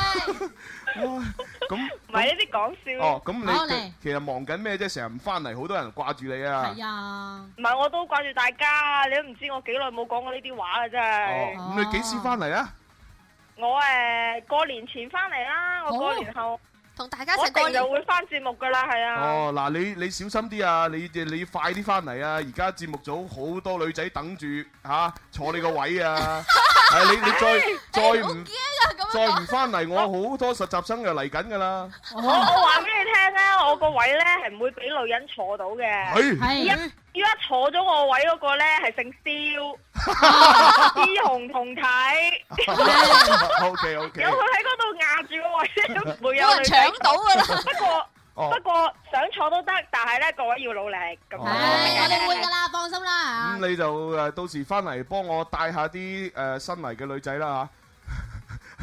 Speaker 4: 咁
Speaker 14: 唔係呢啲講笑。
Speaker 4: 哦，咁
Speaker 5: 好
Speaker 4: 你
Speaker 5: 嚟
Speaker 4: 其實忙緊咩啫？成日唔翻嚟，好多人掛住你啊。
Speaker 5: 啊。
Speaker 14: 唔係，我都掛住大家啊！你都唔知我幾耐冇講過呢啲話啦，啊真
Speaker 4: 哦，
Speaker 14: 係。
Speaker 4: 咁你幾時翻嚟啊？
Speaker 14: 我誒過年前翻嚟啦，我過年後
Speaker 16: 同大家一
Speaker 14: 我
Speaker 16: 齊
Speaker 14: 一定
Speaker 16: 過年
Speaker 14: 就會翻節目噶啦，係啊。
Speaker 4: 哦，嗱，你你小心啲啊！你你快啲翻嚟啊！而家節目組好多女仔等住嚇坐你個 位啊！係你你再再唔再唔翻嚟，我好多實習生就嚟緊㗎 啦。
Speaker 16: 哦
Speaker 14: 我我話俾你聽咧，我個位咧係唔會俾女人坐到嘅。
Speaker 4: 係係
Speaker 14: 一依家坐咗我位嗰個咧係姓 蕭， 志雄同體，
Speaker 4: O K O
Speaker 14: 有
Speaker 4: K，
Speaker 14: 佢喺嗰度壓住個位咧， 都唔會有女仔
Speaker 16: 冇人搶到㗎啦
Speaker 14: 不過。
Speaker 4: 哦
Speaker 14: 不過想坐都得，但係咧各位要努力嗯咁樣。
Speaker 5: 係，我哋會㗎啦，放心啦。
Speaker 4: 咁你就誒到時翻嚟幫我帶下啲誒新嚟嘅女仔啦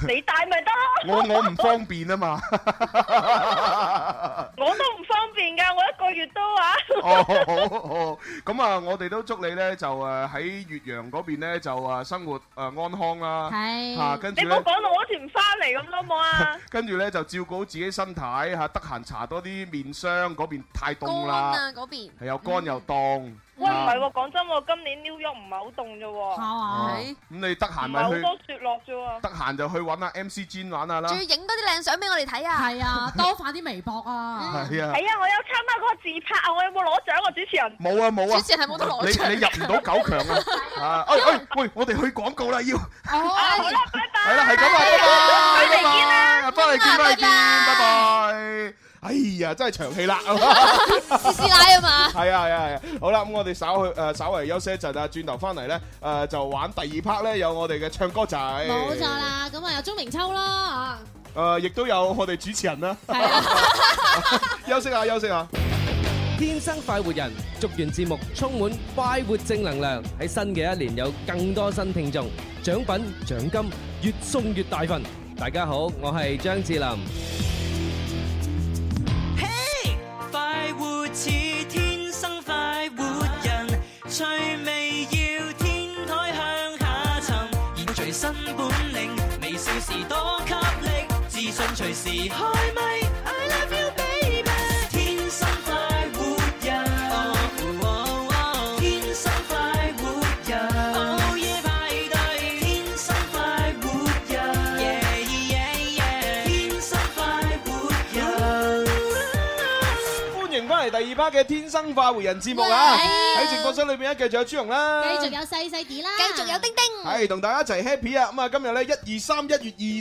Speaker 14: 你帶咪得
Speaker 4: 嚇。我
Speaker 14: 咯。
Speaker 4: 我唔方便啊嘛。
Speaker 14: 我都唔方便㗎，我一個月都啊。
Speaker 4: 哦，好好，咁啊，我哋都祝你咧就誒喺越洋嗰邊咧就誒生活誒安康啦，嚇啊跟
Speaker 14: 你
Speaker 4: 住
Speaker 14: 唔好講
Speaker 4: 咧，
Speaker 14: 到我好似唔翻嚟咁咯，好冇啊！
Speaker 4: 跟住咧就照顧好自己身體嚇，得閒搽多啲面霜，嗰邊太凍啦，
Speaker 16: 嗰邊
Speaker 4: 係又乾又凍。
Speaker 14: 喂，唔
Speaker 4: 啊
Speaker 14: 係喎，講真喎，今年 New York 唔係好凍啫喎。
Speaker 4: 哦咁你得閒
Speaker 14: 唔
Speaker 4: 咪
Speaker 14: 係好
Speaker 4: 去，
Speaker 14: 多雪落啫喎。
Speaker 4: 得閒就去揾下 MC Jin 玩下啦
Speaker 16: 仲。要影多啲靚相俾我哋睇啊！
Speaker 5: 係 啊，多發啲微博啊！
Speaker 4: 係
Speaker 14: 係
Speaker 4: 啊，
Speaker 14: 啊，我有參加嗰個自拍啊，我有冇攞獎啊，主持人？
Speaker 4: 冇啊冇啊，
Speaker 14: 主持人係冇得攞獎
Speaker 4: 你你入唔到九強啊！啊，哎哎，喂，我哋去廣告啦，要
Speaker 16: 哎
Speaker 14: 啊好啦，拜拜。
Speaker 4: 係啦，係咁啊，拜拜，拜拜，翻嚟見，翻嚟見，拜拜。哎呀，真係長氣啦！
Speaker 16: 試試奶啊嘛
Speaker 4: 係啊係啊係啊，好啦，咁我哋稍去誒稍為休息一陣啊，轉頭翻嚟咧誒就玩第二 part 咧，有我哋嘅唱歌仔，
Speaker 5: 冇錯。啦，咁啊有鐘明秋啦，
Speaker 4: 誒，亦都有我哋主持人啦。
Speaker 5: 係啊。
Speaker 4: 休息下，休息下。
Speaker 9: 天生快活人，祝願節目充滿快活正能量，喺新嘅一年有更多新聽眾，獎品獎金越送越大份。大家好，我係張智霖。
Speaker 3: 快活似天生快活人，趣味要天台向下沉，現隨身本領，微笑時多給力，自信隨時開咪。I love you baby，天生快活人，哦哦天生快活人，午夜派對，天生快活人，yeah yeah yeah，天生快活人。
Speaker 4: 歡迎翻嚟翻嚟第二 part 嘅天生快活人節目啊！喺直播室裏邊咧，繼續有朱容啦，
Speaker 5: 繼續有細細啲啦，繼續有丁 丁
Speaker 4: 係同大家一齊 happy 啊！咁啊，今日咧一二三一月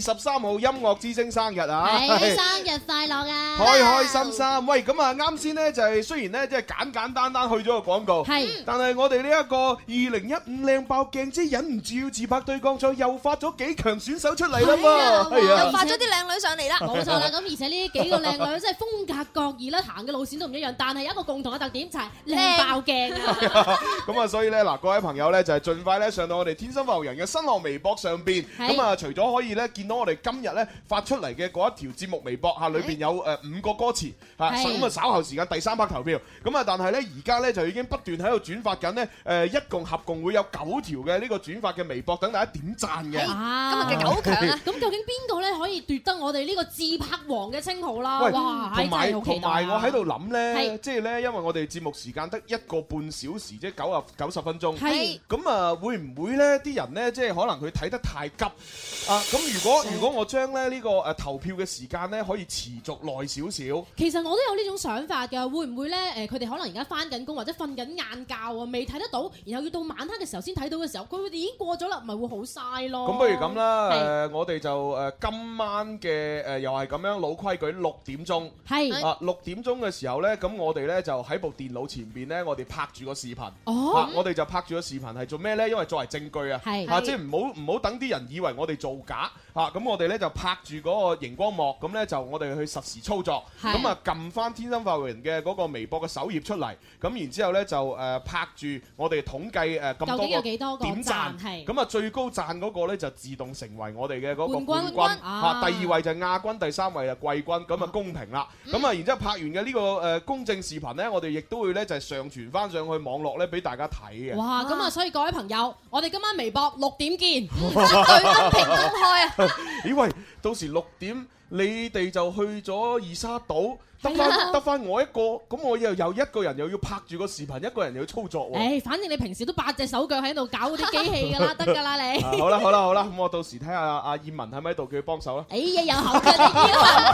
Speaker 4: 二十三號音樂之星生日啊！
Speaker 5: 係生日快樂啊！
Speaker 4: 開開心心，喂，咁啊，啱先呢，就係雖然呢，即係簡簡單單去咗個廣告，
Speaker 5: 係
Speaker 4: 但係我哋呢一個二零一五靚爆鏡之忍唔住要自拍對抗賽又發咗幾強選手出嚟啦喎，係啊
Speaker 17: 又發咗啲靚女上嚟 啦，
Speaker 5: 冇錯啦，咁而且呢幾個靚女真係風格各異啦，行嘅路線都唔一樣，但係有一個共同嘅特點就係靚爆鏡啊！
Speaker 4: 咁啊，所以咧嗱，各位朋友咧就係盡快咧上到我哋天生發育人嘅新浪微博上邊。
Speaker 5: 係
Speaker 4: 咁啊，除咗可以咧見到我哋今日咧發出嚟嘅嗰一條節目微博嚇，裏邊有誒五個歌詞嚇，
Speaker 5: 係
Speaker 4: 咁啊稍後時間第三 part 投票。咁啊，但係咧而家咧就已經不斷喺度轉發緊咧誒，一共合共會有九條嘅呢個轉發嘅微博，等大家點讚嘅。
Speaker 5: 啊！
Speaker 4: 今日嘅九強 啊
Speaker 5: 咁究竟邊個咧可以奪得我哋呢個自拍王嘅稱號啦？
Speaker 4: 喂，
Speaker 5: 哇！唉
Speaker 4: 同
Speaker 5: 真
Speaker 4: 埋
Speaker 5: 係好期
Speaker 4: 同
Speaker 5: 待
Speaker 4: 埋我
Speaker 5: 啊
Speaker 4: 喺度諗咧，
Speaker 5: 係
Speaker 4: 即係咧，因為我哋節目時間得一個半小時，即係九啊九十分鐘。
Speaker 5: 係
Speaker 4: 咁啊，會唔會咧？啲人咧，即係可能佢睇得太急啊！咁如果如果我將咧呢個誒投票嘅時間咧，可以持續耐少少。
Speaker 5: 其實我都有呢種想法㗎，會唔會呢？誒、佢哋可能而家翻緊工或者瞓緊晏覺啊，未睇得到，然後要到晚黑嘅時候先睇到嘅時候，佢哋已經過咗啦，咪會好嘥咯。
Speaker 4: 咁不如咁啦，誒我哋就誒今晚嘅誒又係咁樣老規矩，六點鐘
Speaker 5: 係
Speaker 4: 啊六點鐘嘅時候咧，咁我哋咧就喺部電腦前邊咧，我哋拍住個視頻，
Speaker 5: 哦
Speaker 4: 啊我哋就拍住個視頻係做咩咧？因為作為證據啊，
Speaker 5: 係
Speaker 4: 啊即係唔好唔好等啲人以為我哋造假啊！咁我哋咧就拍住嗰個熒光幕，咁咧就我哋去實時操作，
Speaker 5: 係
Speaker 4: 咁啊撳翻天生發育人嘅嗰個微博嘅首頁出嚟，咁然之後咧就誒拍住我哋統計誒咁
Speaker 5: 究
Speaker 4: 多
Speaker 5: 竟有
Speaker 4: 個
Speaker 5: 幾多個
Speaker 4: 點
Speaker 5: 讚
Speaker 4: 讚，
Speaker 5: 係
Speaker 4: 咁啊最高讚嗰個咧就自動成為我哋嘅嗰個
Speaker 5: 冠
Speaker 4: 冠
Speaker 5: 軍
Speaker 4: 軍
Speaker 5: 啊嗯
Speaker 4: 嚇，第二位就係亞軍，第三位就季軍，咁啊公平啦。咁啊然之後拍完嘅呢個誒公正視頻咧，我哋亦都會咧就係上傳翻上去網絡咧俾大家睇嘅。
Speaker 5: 哇！咁啊，所以各位朋友，我哋今晚微博六 點見，
Speaker 4: 嗯
Speaker 5: 對公平公開啊！
Speaker 4: 咦喂，到時六點你哋就去咗二沙島，得
Speaker 5: 係啊
Speaker 4: 翻得翻我一個，咁我又又一個人又要拍住個視頻，一個人又要操作喎。
Speaker 5: 唉，反正你平時都八隻手腳喺度搞嗰啲機器㗎啦，得㗎啦你。
Speaker 4: 啊好啦好啦好啦，咁我到時睇下阿燕文喺咪喺度，叫佢幫手啦。
Speaker 5: 哎呀，有口嘅呢啲啊，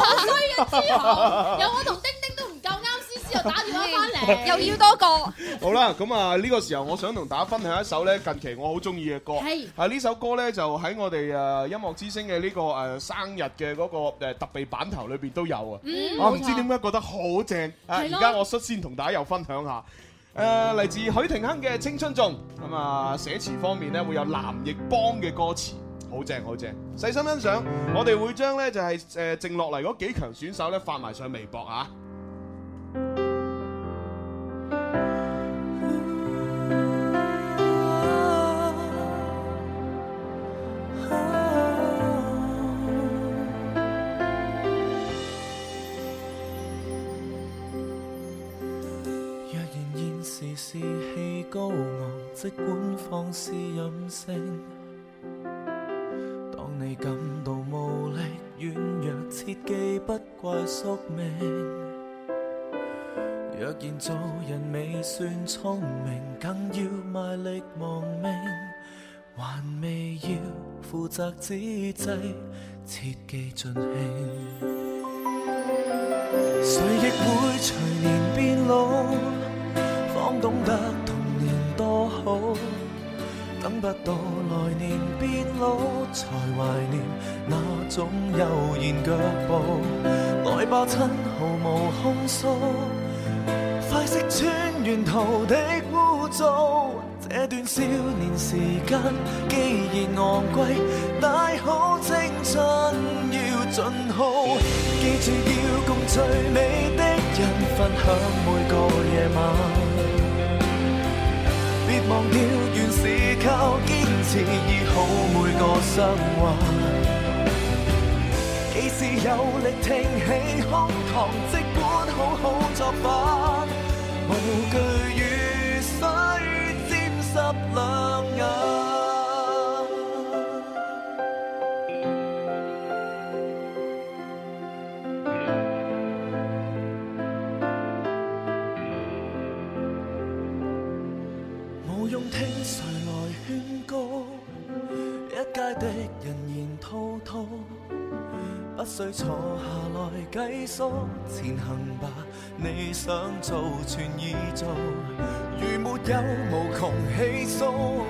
Speaker 5: 好衰嘅 之後，有我同丁丁都唔夠啱，思思又打電話翻 嚟，
Speaker 17: 又要多個。
Speaker 4: 好啦，咁啊呢個時候，我想同大家分享一首咧近期我好中意嘅歌。
Speaker 5: 係
Speaker 4: 啊呢首歌咧就喺我哋誒音樂之星嘅呢個誒生日嘅嗰個誒特備版頭裏邊都有啊
Speaker 5: 嗯。
Speaker 4: 我
Speaker 5: 冇
Speaker 4: 唔
Speaker 5: 錯
Speaker 4: 知點解覺得好正啊！而
Speaker 5: 係咯
Speaker 4: 家我率先同大家又分享下。誒嚟自許廷鏗嘅《青春頌》，咁啊寫詞方面咧會有藍奕邦嘅歌詞，好正好正，細心欣賞。我哋會將咧就係誒剩落嚟嗰幾強選手咧發埋上微博啊！
Speaker 3: 若然現時士氣高昂，即管放肆任性。當你感到無力軟弱，切記不怪宿命。若然做人未算聰明，更要賣力亡命，還未要負責之際，切記盡興。誰亦會隨年變老，方懂得童年多好。等不到來年變老，才懷念那種悠然腳步。來吧，親，毫無控訴，快識穿沿途的污糟。這段少年時間既然昂貴，大好青春要盡好，記住要共最美的人分享每個夜晚。別忘掉，原是靠堅持醫好每個傷患。幾時有力挺起胸膛，即管好好作反，無懼雨水沾濕兩眼。無用聽誰來勸告，一街的人言滔滔，不需坐下來計數，前行吧，你想做全已做，如沒有無窮氣數，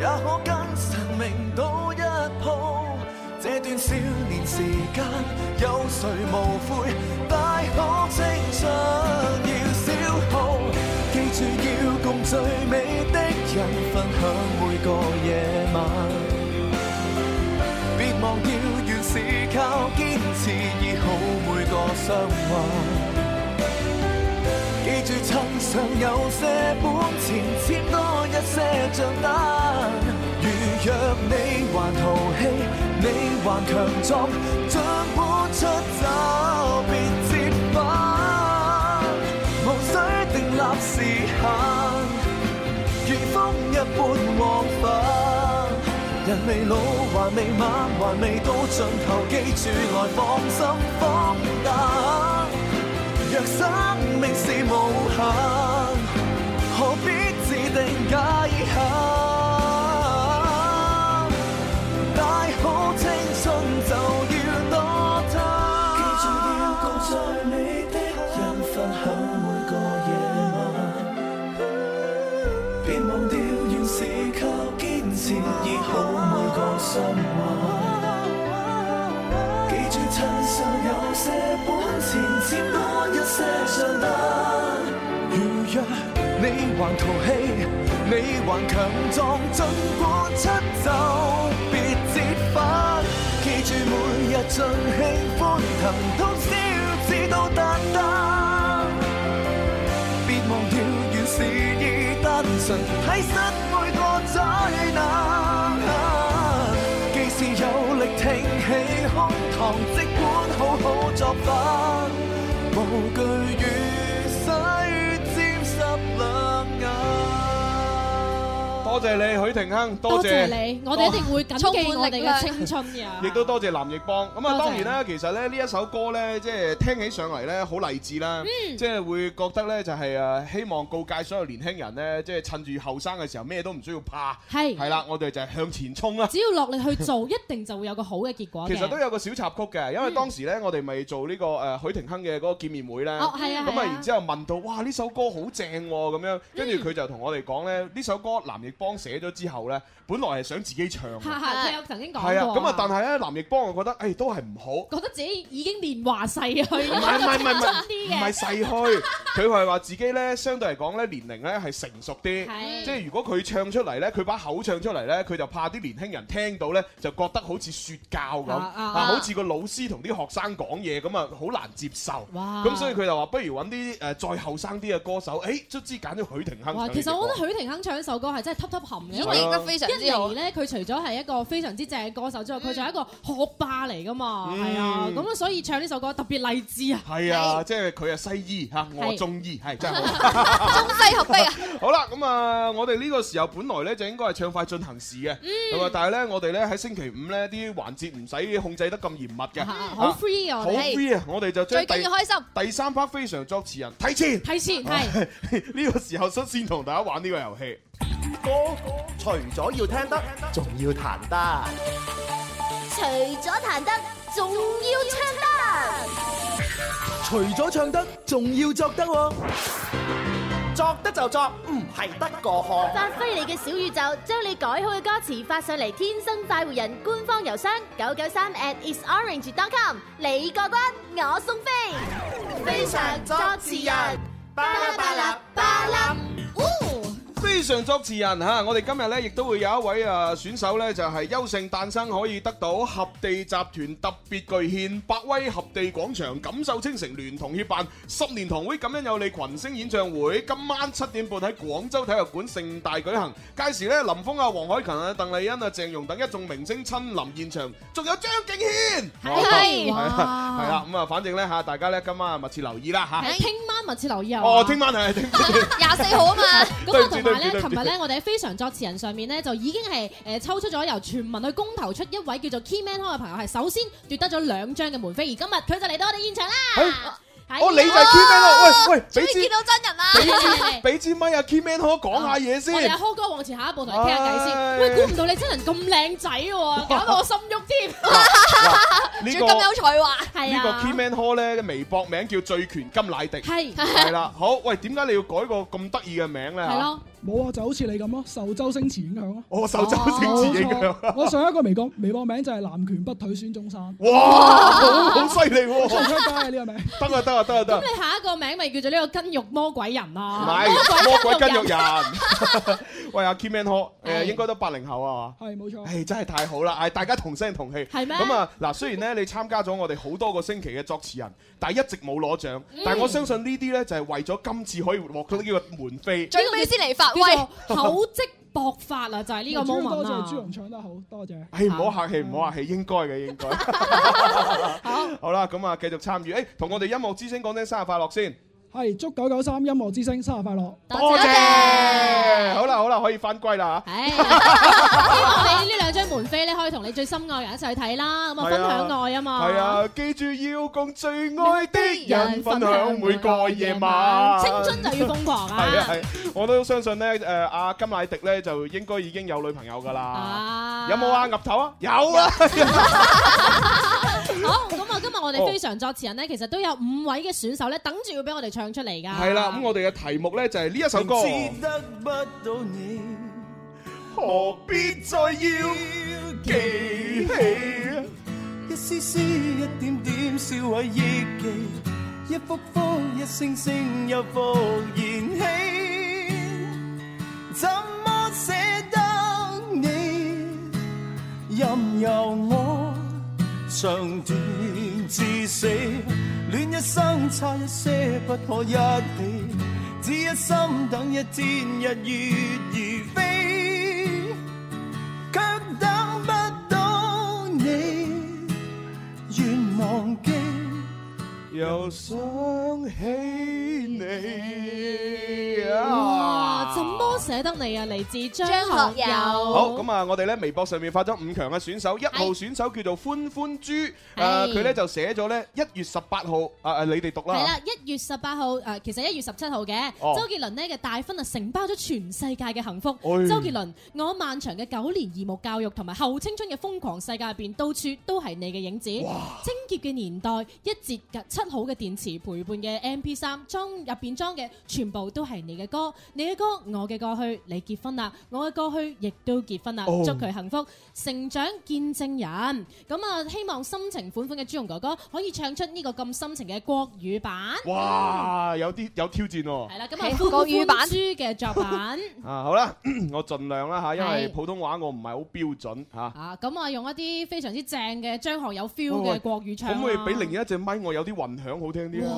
Speaker 3: 也可跟神明賭一鋪。這段少年時間，有誰無悔？大可青春要消耗，記住要共最美的人分享每個夜晚。別忘掉，原是靠堅持醫好每個傷患。記住趁尚有些本錢，簽多一些帳單。如若你還淘氣，你還強壯，將本出走，別折返。無需定立時限，如風一般往返。人未老，還未晚，還未到盡頭，記住來放心放膽。若生命是無限，何必自定界限？大好青春就要多貪。記住要共最美的人分享每個夜晚。別忘掉，原是靠堅持醫好每個心患。記住，趁尚有些本錢，佔多一些賬單。如若你還淘氣，你還強壯，儘管出走，別折返。記住，每日盡興歡騰，通宵至到達單。別忘掉，原是已單純，睇失每個災難。既是有力挺起胸膛，即管好好作反，無懼雨水沾濕兩眼。
Speaker 4: 多謝你，許廷鏗，多
Speaker 5: 謝你，我哋一定會謹記我哋嘅青春嘅。
Speaker 4: 亦都多謝藍奕邦。咁
Speaker 5: 多
Speaker 4: 啊，
Speaker 5: 謝
Speaker 4: 當然啦，其實咧呢一首歌咧，即係聽起上嚟咧好勵志啦，
Speaker 5: 嗯
Speaker 4: 即係會覺得咧就係誒希望告誡所有年輕人咧，即係趁住後生嘅時候咩都唔需要怕，
Speaker 5: 係
Speaker 4: 係啦，我哋就係向前衝啦。
Speaker 5: 只要落力去做，一定就會有個好嘅結果嘅。
Speaker 4: 其 實都有個小插曲嘅，因為當時咧，我哋咪做呢個呃誒許廷鏗嘅嗰個見面會咧，
Speaker 5: 哦係啊
Speaker 4: 咁
Speaker 5: 係
Speaker 4: 啊，
Speaker 5: 啊
Speaker 4: 然之後問到哇呢首歌好正喎咁樣，跟住佢就同我哋講咧，呢首歌藍奕邦寫咗之後咧，本來係想自己唱嘅，
Speaker 5: 嚇嚇，佢有曾經講過。
Speaker 4: 係啊，咁啊，但係咧藍奕邦我覺得誒都係唔好。
Speaker 5: 覺得自己已經年華逝去，唔
Speaker 4: 唔係唔係唔 係唔係
Speaker 5: 啲
Speaker 4: 唔
Speaker 5: 嘅
Speaker 4: 係逝去，佢係話自己咧相對嚟講咧年齡咧係成熟啲
Speaker 5: 係，
Speaker 4: 即係如果佢唱出嚟咧，佢把口唱出嚟咧，佢就怕啲年輕人聽到咧就覺得好似説教咁，
Speaker 5: 啊啊
Speaker 4: 啊
Speaker 5: 啊
Speaker 4: 好似個老師同啲學生講嘢咁啊，好難接受。
Speaker 5: 哇
Speaker 4: 咁所以佢就話不如揾啲誒再後生啲嘅歌手，誒卒之揀咗許廷鏗
Speaker 5: 哇，
Speaker 4: 唱呢隻歌。啊
Speaker 5: 其實我覺得許廷鏗唱呢首歌係真係吸吸含嘅，因
Speaker 4: 演繹得
Speaker 5: 為
Speaker 4: 非
Speaker 17: 常之好
Speaker 5: 一嚟咧，佢除咗係一個非常之正嘅歌手之外，佢仲係一個學霸嚟噶嘛，
Speaker 4: 嗯
Speaker 5: 係啊，咁啊，所以唱呢首歌特別勵志啊。
Speaker 4: 係啊，即係佢係西醫嚇，我
Speaker 5: 係
Speaker 4: 中醫係真係好。
Speaker 17: 中西合璧啊！
Speaker 4: 好啦，咁啊，我哋呢個時候本來咧就應該係唱快進行時嘅，咁啊，但係咧我哋咧喺星期五咧啲環節唔使控制得咁嚴密嘅，
Speaker 5: 好 free 啊我
Speaker 4: 好
Speaker 5: 哋
Speaker 4: free 啊，我哋就將
Speaker 17: 最緊要
Speaker 4: 第
Speaker 17: 開心
Speaker 4: 第三 part 非常作詞人睇啊前，
Speaker 5: 睇前
Speaker 4: 係 呢個時候率先同大家玩呢個遊戲。
Speaker 18: 歌除咗要聽得，仲要彈得。
Speaker 19: 除咗彈得，仲要唱
Speaker 18: 除咗唱得，仲要作得喎。作得就作，
Speaker 3: ừ,
Speaker 18: 唔係得過
Speaker 19: 得。
Speaker 18: 河。
Speaker 19: 發揮你嘅小宇宙，將你改好嘅歌詞發上嚟，天生快活人官方郵箱九九三 at isorange.com，你過關，我送飛，非常作詞人，巴拉巴拉巴拉。
Speaker 4: 非常作詞人嚇，我哋今日咧亦都會有一位啊選手咧，就係優勝誕生，可以得到合地集團特別巨獻百威合地廣場錦繡青城聯同協辦十年堂會感恩有你群星演唱會，今晚七點半喺廣州體育館盛大舉行。屆時咧，林峰啊、黃海芹啊、鄧麗欣啊、鄭融等一眾明星親臨現場，仲有張敬軒，
Speaker 5: 係
Speaker 4: 係啊
Speaker 5: 哇
Speaker 4: 係啦，咁啊，反正咧嚇，大家咧今晚啊密切留意啦嚇。
Speaker 5: 係聽哎晚密切留意啊！
Speaker 4: 哦，聽晚係聽
Speaker 5: 廿四號啊 嘛，咁
Speaker 4: 對
Speaker 5: 啊
Speaker 4: 唔
Speaker 5: 同
Speaker 4: 住對唔
Speaker 5: 埋咧，
Speaker 4: 住對唔
Speaker 5: 琴
Speaker 4: 住
Speaker 5: 日咧，我哋喺非常作詞人上面咧，就已經係誒抽出咗由全民去公投出一位叫做 Keyman 開嘅朋友，係首先奪得咗兩張嘅門飛，而今日佢就嚟到我哋現場啦。哎
Speaker 4: 哦，你就係 key man 咯，喂喂，俾支
Speaker 5: 見到真人啦
Speaker 4: 俾支俾支咪啊 key man 可講下嘢先
Speaker 5: 我。哋阿康哥往前下一步同你傾下偈先。喂，估唔到你真人咁靚仔喎，搞到我心喐添。
Speaker 4: 呢
Speaker 5: 仲咁
Speaker 4: 個
Speaker 5: 有才華，
Speaker 4: 呢個 Keyman Hall 咧嘅微博名叫醉拳金乃迪，
Speaker 5: 係
Speaker 4: 係啦，好喂，點解你要改個咁得意嘅名咧？
Speaker 14: 係咯，冇啊，就好似你咁咯，受周星馳影響咯。
Speaker 4: 哦受周星馳影響
Speaker 14: 冇錯我上一個微博微博名就係南拳北腿孫中山。
Speaker 4: 哇，好好犀利
Speaker 14: 好出街
Speaker 4: 喎！
Speaker 14: 啊呢個名。
Speaker 4: 得啊得啊得啊得
Speaker 5: 咁
Speaker 4: 啊！
Speaker 5: 你下一個名咪叫做呢個筋肉魔鬼人啊
Speaker 4: 唔
Speaker 5: 啦。
Speaker 4: 係魔鬼
Speaker 5: 筋
Speaker 4: 筋
Speaker 5: 肉
Speaker 4: 肉
Speaker 5: 人
Speaker 4: 人，喂阿 Keyman Hall 誒應該都八零後啊嘛。
Speaker 14: 係冇錯。
Speaker 4: 唉，真係太好啦！唉，大家同聲同氣。
Speaker 14: 係咩
Speaker 4: 咁啊，嗱，雖然咧你參加咗我哋好多個星期嘅作詞人，但係一直冇攞獎。
Speaker 12: 嗯
Speaker 4: 但係我相信呢啲咧就係為咗今次可以獲得呢個門飛。
Speaker 12: 最尾先嚟發威，
Speaker 5: 叫做口積薄發啊啦，就係呢個
Speaker 14: 主要多
Speaker 5: moment
Speaker 14: 謝
Speaker 5: 啊
Speaker 14: 朱。紅唱得好，多謝。
Speaker 4: 唉，唔好客氣，唔好客氣，應該嘅，應該。好。好啦，咁啊，繼續參與。誒，同我哋音樂之星講聲生日快樂先。
Speaker 14: 係祝九九三音樂之星生日快樂！
Speaker 4: 多謝。好啦，好啦，可以翻歸啦啊
Speaker 5: 唉，希望你呢兩張門飛咧，可以同你最心愛嘅人一齊去睇啦，咁啊
Speaker 4: 係啊
Speaker 5: 分享愛啊嘛。
Speaker 4: 係啊，記住要共最愛的人分享每個夜晚。
Speaker 5: 青春就要瘋狂啊！
Speaker 4: 係啊係，我都相信咧，誒阿金乃迪咧就應該已經有女朋友㗎啦。有冇啊？岌頭啊？有啊！
Speaker 5: 好，咁啊，今日我哋
Speaker 4: 哦
Speaker 5: 非常作詞人咧，其實都有五位嘅選手咧，等住要俾我哋唱出嚟㗎。
Speaker 4: 係啦，咁我哋嘅題目咧就係呢一首歌。
Speaker 3: 明知得不到你，
Speaker 4: 何必再要記起？
Speaker 3: 一絲絲，一點點，燒毀憶記，一幅幅，一聲聲，又復燃起。怎麼捨得你？任由我長斷至死，戀一生差一些，不可一起，只一心等一天日月如飛，卻等不到你，願忘記，
Speaker 4: 又想起你
Speaker 5: 哇，怎
Speaker 4: 啊！
Speaker 5: 麼捨得你啊？嚟自張
Speaker 12: 張學
Speaker 5: 學
Speaker 12: 友
Speaker 5: 友。
Speaker 4: 好咁啊！我哋咧微博上面發咗五強嘅選手，一號選手叫做歡歡豬，誒佢咧就寫咗咧一月十八號啊誒你哋讀
Speaker 5: 係
Speaker 4: 啦
Speaker 5: 啦，，一月十八號誒，其實一月十七號嘅
Speaker 4: 哦
Speaker 5: 周杰倫呢嘅大婚啊，承包咗全世界嘅幸福。
Speaker 4: 哎
Speaker 5: 周杰倫，嗯我漫長嘅九年義務教育同埋後青春嘅瘋狂世界入邊，到處都係你嘅影子。清潔嘅年代，一節嘅七好嘅電池陪伴嘅 M P 三裝入邊裝嘅，全部都係你嘅歌。你嘅歌，我嘅過去，你結婚啦，我嘅過去亦都結婚啦，
Speaker 12: 哦
Speaker 5: 祝佢幸福，成長見證人。咁啊，希望深情款款嘅朱紅哥哥可以唱出呢個咁深情嘅國語版。
Speaker 4: 哇有啲有挑戰喎，
Speaker 5: 係啦，咁
Speaker 12: 係
Speaker 5: 啊，
Speaker 12: 國
Speaker 5: 國
Speaker 12: 語
Speaker 5: 語
Speaker 12: 版
Speaker 5: 版書嘅作品
Speaker 4: 啊好啦， 我盡量啦嚇，因為
Speaker 5: 係
Speaker 4: 普通話我唔係好標準嚇。
Speaker 5: 啊，咁啊，用一啲非常之正嘅張學友
Speaker 4: 喂
Speaker 5: feel
Speaker 4: 喂
Speaker 5: 嘅國語唱
Speaker 4: 可唔可以俾
Speaker 5: 啊
Speaker 4: 另一隻咪我有啲混響好聽啲啊？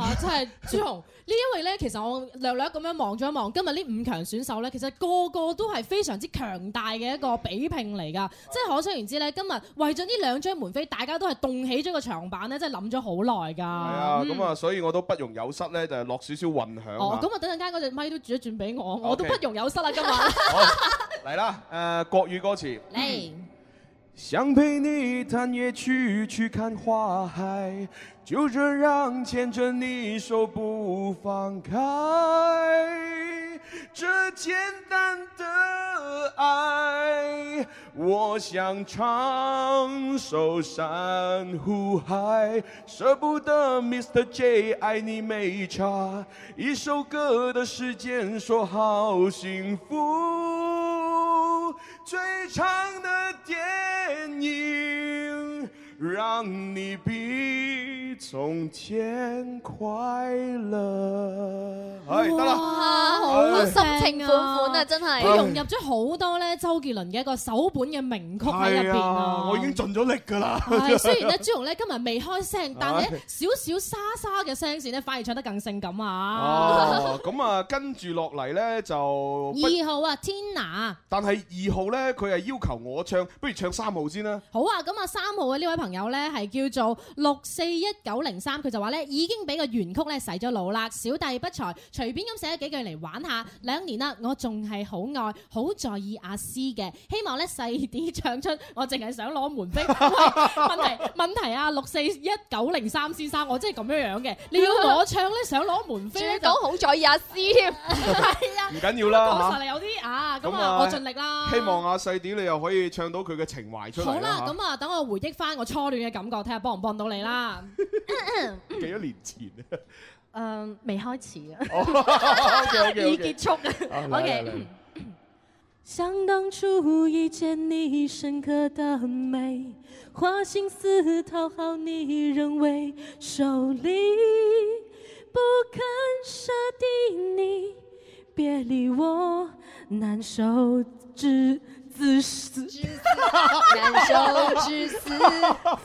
Speaker 5: 哇！真係朱紅呢，因為咧，其實我略略咁樣望咗一望，今日呢五強選手咧，其實個個都係非常之強大嘅一個比拼嚟㗎，即係可想而知咧，今日為咗呢兩張門飛，大家都係動起咗個長板咧，真係諗咗好耐㗎。係
Speaker 4: 係啊，
Speaker 5: 嗯
Speaker 4: 咁啊，所以我都不容有失咧，就係落少少混響
Speaker 5: 哦
Speaker 4: 啊，
Speaker 5: 咁啊，等陣間嗰隻咪都轉一轉俾我，我都
Speaker 4: OK
Speaker 5: 不容有失啊啦，今日。
Speaker 4: 嚟啦，誒國語歌詞。
Speaker 5: 嚟。
Speaker 3: 想陪你探夜去，去看花海，就这样牵着你手不放开。
Speaker 4: 这简单的爱，我想唱首珊瑚海，舍不得 Mr. J 爱你没差，一首歌的时间说好幸福，最长的电影让你比从前快乐。哎，得啦。
Speaker 5: 哇，
Speaker 4: 好
Speaker 5: 好啊
Speaker 4: 心
Speaker 12: 情款款啊真係
Speaker 5: 佢融入咗好多咧周杰倫嘅一個首本嘅名曲喺入邊啊！
Speaker 4: 哎我已經盡咗力㗎啦。
Speaker 5: 係，雖然咧朱紅咧今日未開聲，但係
Speaker 4: 係
Speaker 5: 咧少少沙沙嘅聲線咧，反而唱得更性感啊！
Speaker 4: 哦，咁啊，跟住落嚟咧就不，
Speaker 5: 二號啊，Tina。
Speaker 4: 但係二號咧，佢係要求我唱，不如唱三號先啦。
Speaker 5: 好啊，咁啊三號嘅呢位朋友咧係叫做六四一九零三，佢就話咧已經俾個原曲咧洗咗腦啦，小弟不才，隨便咁寫咗幾句嚟玩下。兩年啦，我仲係好愛，好在意阿詩嘅，希望咧細啲唱出，我淨係想攞門 飛。喂問題問題啊，六四一九零三先生，我真係咁樣樣嘅，你要我唱咧想攞門飛咧，講好在意阿詩 添，係啊，
Speaker 4: 唔緊要啦
Speaker 5: 講
Speaker 4: 嚇
Speaker 5: 實你有啲啊，咁啊，我盡力啦。
Speaker 4: 希望阿細啲你又可以唱到佢嘅情懷出嚟
Speaker 5: 好啦，
Speaker 4: 嚇
Speaker 5: 咁啊，等我回憶翻我初戀嘅感覺，睇下幫唔幫到 你啦。
Speaker 4: 幾多年 前啊？
Speaker 14: 呃
Speaker 20: 誒未開始啊，
Speaker 4: 哦 OK，OK，OK
Speaker 20: 已結束
Speaker 4: 啊
Speaker 20: 啊。
Speaker 4: 嚟嚟
Speaker 20: OK
Speaker 4: 嚟。
Speaker 21: 想当初遇见你，深刻的美，花心思讨好你，仍为手里不肯舍的你，别离我难受至至死，
Speaker 22: 难受至死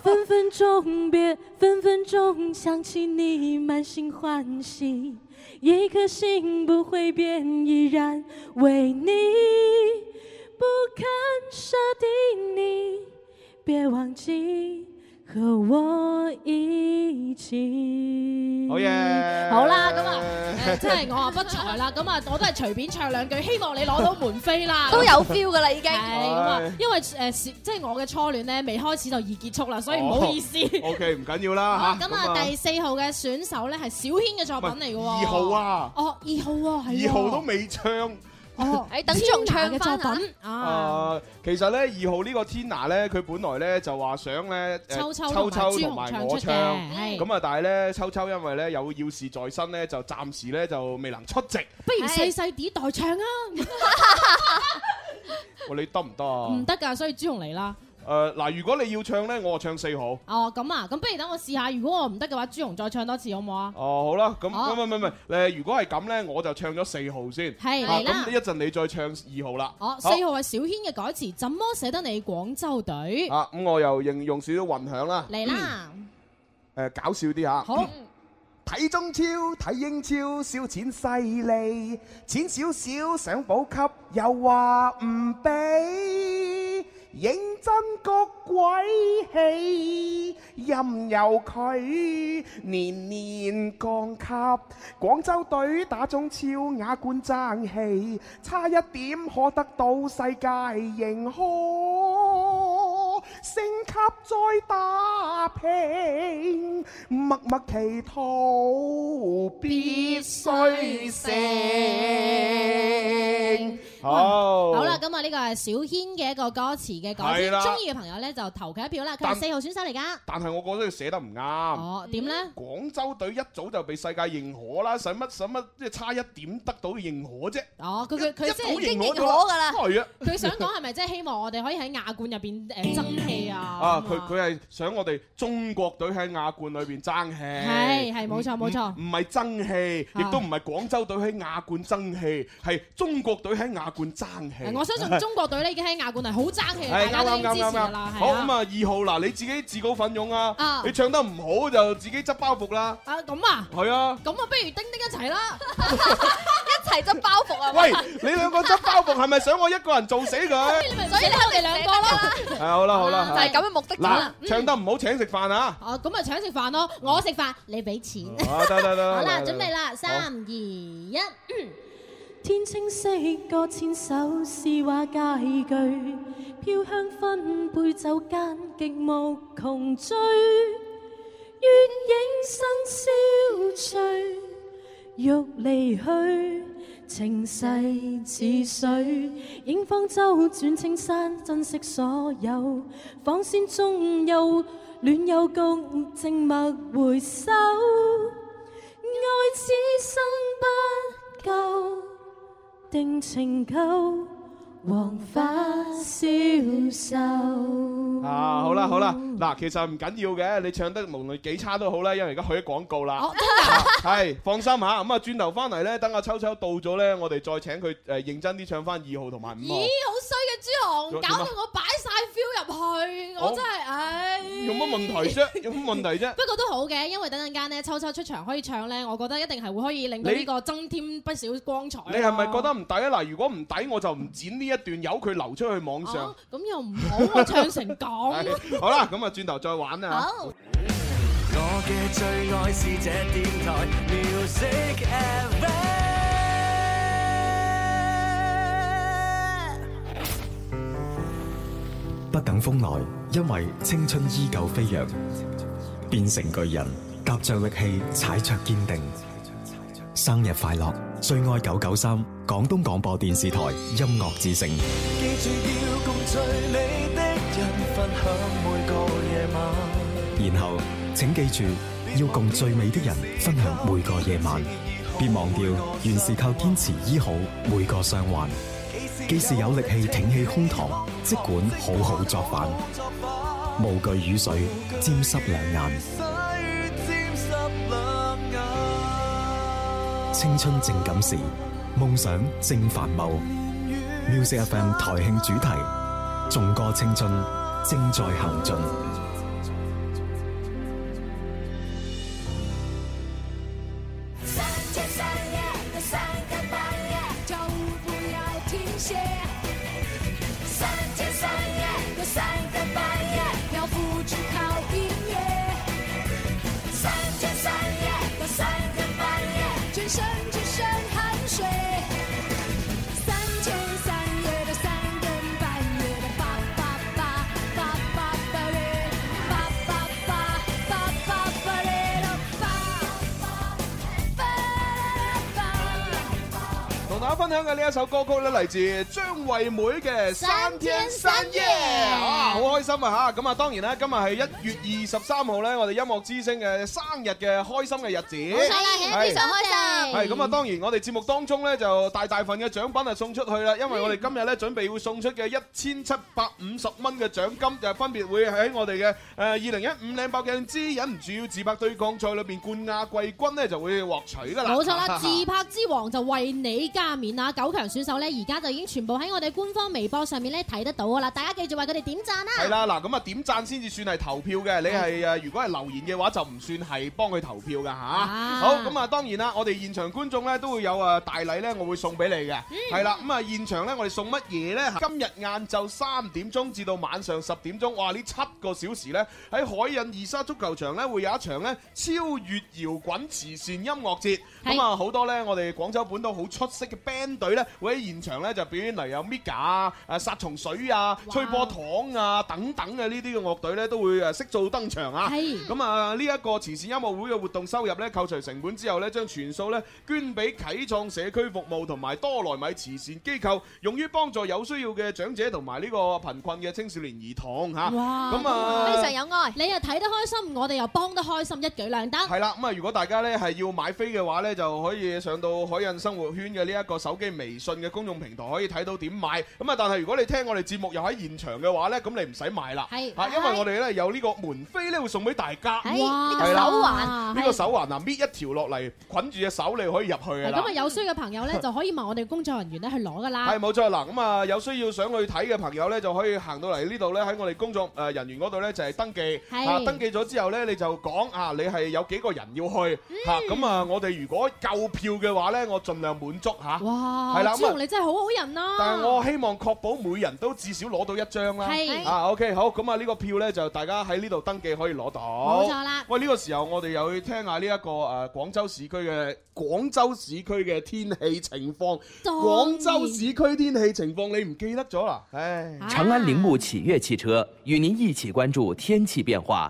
Speaker 21: 分分钟别分分钟想起你，满心欢喜，一颗心不会变，依然为你不肯舍的你，别忘记和我一起。
Speaker 4: 好嘢
Speaker 5: 好啦，咁啊，誒真係我啊不才啦，咁啊，我都係隨便唱兩句，希望你攞到門飛啦。
Speaker 14: 都有 feel 㗎啦已經
Speaker 5: 係咁啊
Speaker 4: 係，
Speaker 5: 因為誒是即係我嘅初戀咧，未開始就已結束啦，所以唔好意思。
Speaker 4: O K，唔緊要啦嚇。
Speaker 5: 咁啊，第四號嘅選手咧係小軒嘅作品嚟嘅喎。
Speaker 4: 二號啊
Speaker 5: 哦，二號喎，係喎
Speaker 4: 二號都未唱。
Speaker 5: 哦，
Speaker 14: 誒哎等仲唱
Speaker 5: 嘅
Speaker 14: 返
Speaker 5: 作品啊，
Speaker 4: 啊，其實咧二號呢個 Tina 咧，佢本來咧就話想咧誒
Speaker 5: 秋秋
Speaker 4: 秋秋
Speaker 5: 同
Speaker 4: 同
Speaker 5: 埋朱紅
Speaker 4: 埋我
Speaker 5: 唱
Speaker 4: 唱，
Speaker 5: 出嘅係
Speaker 4: 咁啊，但係咧秋秋因為咧有要事在身咧，就暫時咧就未能出席。
Speaker 5: 不如細細啲代唱啊，
Speaker 4: 我你得唔得啊？
Speaker 5: 唔得㗎，所以朱紅嚟啦。
Speaker 4: 誒嗱，如果你要唱咧，我就唱四號。
Speaker 5: 哦，咁啊，咁不如等我試下，如果我唔得嘅話，朱紅再唱多次好唔好啊？
Speaker 4: 哦，好啦，咁
Speaker 5: 好
Speaker 4: 咁唔唔唔，誒，如果係咁咧，我就唱咗四號先。
Speaker 5: 係
Speaker 4: 啊
Speaker 5: 嚟啦
Speaker 4: 咁一陣你再唱二號啦。
Speaker 5: 哦，四
Speaker 4: 好
Speaker 5: 號係小軒嘅改詞，怎麼捨得你廣州隊？
Speaker 4: 啊，咁我又應用少少混響啦。
Speaker 5: 嚟啦，
Speaker 4: 誒，搞笑啲嚇。
Speaker 5: 好。
Speaker 3: 睇中超，睇英超，燒錢犀利，錢少少想保級，又話唔俾，認真個鬼氣，任由佢年年降級。廣州隊打中超亞冠爭氣，差一點可得到世界認可，升級再打拼，默默祈禱必須勝。
Speaker 4: 好
Speaker 5: 好啦，咁啊呢個係小軒嘅一個歌詞嘅改
Speaker 4: 係
Speaker 5: 詞，
Speaker 4: 啦
Speaker 5: 中意嘅朋友咧就投佢一票啦。佢係
Speaker 4: 但
Speaker 5: 四號選手嚟㗎。
Speaker 4: 但係我覺得佢寫得唔啱。
Speaker 5: 哦，點咧？
Speaker 4: 廣州隊一早就被世界認可啦，使乜使乜即係差一點得到認可啫？
Speaker 5: 哦，佢佢佢即係
Speaker 4: 一早認可咗啦係啊
Speaker 5: 佢想 講係咪即係希望我哋可以喺亞冠入邊誒爭氣啊？
Speaker 4: 啊！佢佢係想我哋中國隊喺亞冠裏邊爭氣，
Speaker 5: 係係冇錯
Speaker 4: 唔
Speaker 5: 冇錯
Speaker 4: 唔唔係爭氣，
Speaker 5: 啊
Speaker 4: 亦都唔係廣州隊喺亞冠爭氣，係中國隊喺亞冠爭氣。
Speaker 5: 我相 信中國隊咧已經喺亞冠係好爭氣，大
Speaker 4: 係
Speaker 5: 家
Speaker 4: 啱
Speaker 5: 都已
Speaker 4: 啱
Speaker 5: 經
Speaker 4: 啱
Speaker 5: 支持
Speaker 4: 啱
Speaker 5: 㗎
Speaker 4: 啱。
Speaker 5: 啦。
Speaker 4: 好
Speaker 5: 係啊
Speaker 4: 咁啊，二號嗱，你自己自告奮勇啊
Speaker 5: 啊！
Speaker 4: 你唱得唔好就自己執包袱啦。
Speaker 5: 啊咁啊，
Speaker 4: 係啊。
Speaker 5: 咁啊，不如丁丁一齊 啦，一齊執包袱啊
Speaker 4: 喂，你 兩個執包袱係咪想我一個人做死佢？
Speaker 5: 所以你黑你兩個咯。
Speaker 4: 係好啦好啦，
Speaker 5: 就係咁嘅目的㗎啦
Speaker 4: 嗱，唱得唔好請食 飯啊！
Speaker 5: 哦，咁咪搶食飯咯，我食飯，你俾錢。
Speaker 4: 啊得得得
Speaker 5: 好啦，
Speaker 3: 得得
Speaker 5: 準備啦，三
Speaker 3: 好
Speaker 5: 二一，
Speaker 21: 天青色個牽手是話佳句，飄香分杯酒間極目窮追，月影生消翠，欲離去，情逝似水，影方周轉青山，珍惜所有，仿仙中有戀有共，靜默回首。愛此生不夠，定情夠，黃花消瘦。
Speaker 4: 啊，好啦好啦，嗱，其實唔緊要嘅，你唱得無論幾差都好啦，因為而家去咗廣告啦，係放心嚇，咁啊轉頭翻嚟咧，等阿秋秋到咗咧，我哋再請佢誒認真啲唱翻二號同埋五號
Speaker 5: 咦，，好衰嘅朱
Speaker 4: 做
Speaker 5: 紅，搞
Speaker 4: 做乜
Speaker 5: 到我擺晒 feel 入去，我
Speaker 4: 我
Speaker 5: 真係唉。
Speaker 4: 有乜問題？啫？有乜問題啫？
Speaker 5: 不過都好嘅，因為等陣間咧，秋秋出場可以唱咧，我覺得一定係會可以令到呢個增添不少光彩咯。
Speaker 4: 你係咪覺得唔抵啊？嗱，如果唔抵，我就唔剪呢一段，由佢流出去網上
Speaker 5: 哦。 咁又唔好，我唱成
Speaker 4: 係
Speaker 5: 咁。
Speaker 4: 好啦，咁啊轉頭再玩啊。
Speaker 5: 好。
Speaker 3: 我嘅最愛是這電台 Music FM。
Speaker 2: 不等風來，因為青春依舊飛揚，變成巨人，踏着力氣，踩着堅定。生日快樂！最愛九九三，廣東廣播電視台音樂之聲。
Speaker 23: 記住要共最美的人分享每個夜晚。
Speaker 2: 然後，請記住要共最美的人分享每個夜晚，別忘掉原是靠堅持醫好每個傷患。既是有力氣挺起胸膛，即管好好作反，無懼雨水沾濕兩眼，青春正感時，夢想正繁茂。Music FM 台慶主題：眾歌青春正在行進。
Speaker 3: 三天三夜的三更半夜，跳舞不要停歇。三天三夜的三更半夜，要付出靠音乐。三天三夜的三更半夜，全身全身汗水。三天三夜的三更半夜的叭叭叭叭叭叭嘞，叭叭叭叭叭叭嘞咯叭。
Speaker 4: 同大家分享嘅呢一首歌曲咧，嚟自張惠妹嘅《三天三夜》，哇，好開心啊吓！咁啊，當然啦，今日係一月二十三號咧，我哋音樂之星嘅生日嘅開心嘅日子，
Speaker 3: 冇錯啦非常開心
Speaker 4: 係咁啊，當然我哋節目當中咧就大大份嘅獎品啊送出去啦，因為我哋今日咧準備會送出嘅一千七百五十蚊嘅獎金就分別會喺我哋嘅誒二零一五靚爆鏡之忍唔住要自拍對抗賽裏邊冠亞季軍咧就會獲取噶啦，
Speaker 5: 冇錯 啦，自拍之王就為你加冕啊！九強選手呢，而家就已經全部喺我哋官方微博上面咧睇得到噶啦，大家記住為佢哋點贊
Speaker 4: 係
Speaker 5: 啦！
Speaker 4: 啦，嗱咁啊嗯點贊先至算係投票嘅，你係誒如果係留言嘅話就唔算係幫佢投票㗎吓。好咁啊，當然啦，我哋現場觀眾咧都會有誒大禮咧，我會送俾你嘅。係啦，咁啊現場咧我哋送乜嘢咧？今日晏晝三點鐘至到晚上十點鐘，哇！呢七個小時咧喺海印二沙足球場咧會有一場咧超越搖滾慈善音樂節。咁啊好多咧我哋廣州本島好出色嘅 band 隊咧會喺現場咧就表演嚟有 Mika 啊、誒殺蟲水啊、吹波糖啊等等嘅呢啲嘅樂隊咧都會誒悉數登場啊。咁啊呢一個慈善音樂會嘅活動收入咧扣除成本之後咧，將全數咧捐俾啟創社區服務同埋多萊米慈善機構，用於幫助有需要嘅長者同埋呢個貧困嘅青少年兒童嚇。
Speaker 5: 哇，
Speaker 4: 咁
Speaker 5: 非
Speaker 4: 啊
Speaker 5: 常有愛，你又睇得開心，我哋又幫得開心，一舉兩得。
Speaker 4: 係啦，咁啊，如果大家咧係要買飛嘅話咧，就可以上到海印生活圈嘅呢一個手機微信嘅公眾平台，可以睇到點買。咁啊，但係如果你聽我哋節目又喺現場嘅話咧，咁你唔使買啦，
Speaker 5: 係
Speaker 4: 嚇，因為我哋咧有呢個門飛咧會送俾大家，
Speaker 5: 係呢個
Speaker 4: 係啦
Speaker 5: 手環
Speaker 4: 呢個手環啊，搣一條落嚟，捆住隻手你可以入去㗎
Speaker 5: 係
Speaker 4: 啦
Speaker 5: 咁啊，。有需要嘅朋友咧就可以問我哋工作人員咧去攞噶啦
Speaker 4: 係。冇錯嗱，咁啊有需要想去睇嘅朋友咧，就可以行到嚟呢度咧，喺我哋工作誒人員嗰度咧就係登記，
Speaker 5: 係
Speaker 4: 啊登記咗之後咧，你就講啊你係有幾個人要去嚇，
Speaker 5: 嗯
Speaker 4: 咁啊我哋如果夠票嘅話咧，我盡量滿足嚇，
Speaker 5: 哇
Speaker 4: 係啦，
Speaker 5: 朱
Speaker 4: 咁
Speaker 5: 紅
Speaker 4: 啊
Speaker 5: 你真係好好人啦！
Speaker 4: 但係我希望確保每人都至少攞到一張啦
Speaker 5: 係，
Speaker 4: 啊 OK 好，咁啊呢個票咧就大家喺呢度登記可以攞到，
Speaker 5: 冇錯啦
Speaker 4: 喂呢個時候我哋又去聽下呢一個誒廣州市區嘅廣州市區嘅天氣情況，
Speaker 5: 當然
Speaker 4: 廣州市區天氣情況你唔記得咗啦，唉。
Speaker 24: 长安铃木启悦汽车与您一起关注天气变化。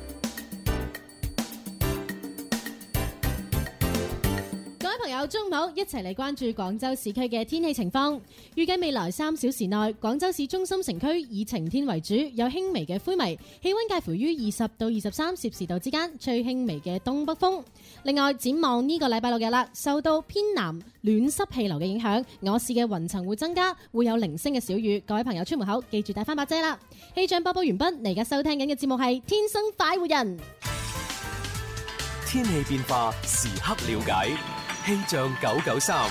Speaker 5: 各位朋友，中午好，一齊嚟關注廣州市區嘅天氣情況。預計未來三小時內，廣州市中心城區以晴天為主，有輕微嘅灰霾，氣温介乎於二十到二十三攝氏度之間，吹輕微嘅東北風。另外，展望呢個禮拜六日啦，受到偏南暖濕氣流嘅影響，我市嘅雲層會增加，會有零星嘅小雨。各位朋友出門口記住帶翻把遮啦。氣象播報完畢，你而家收聽緊嘅節目係《天生快活人》。
Speaker 24: 天气变化时刻了解，气象九九三。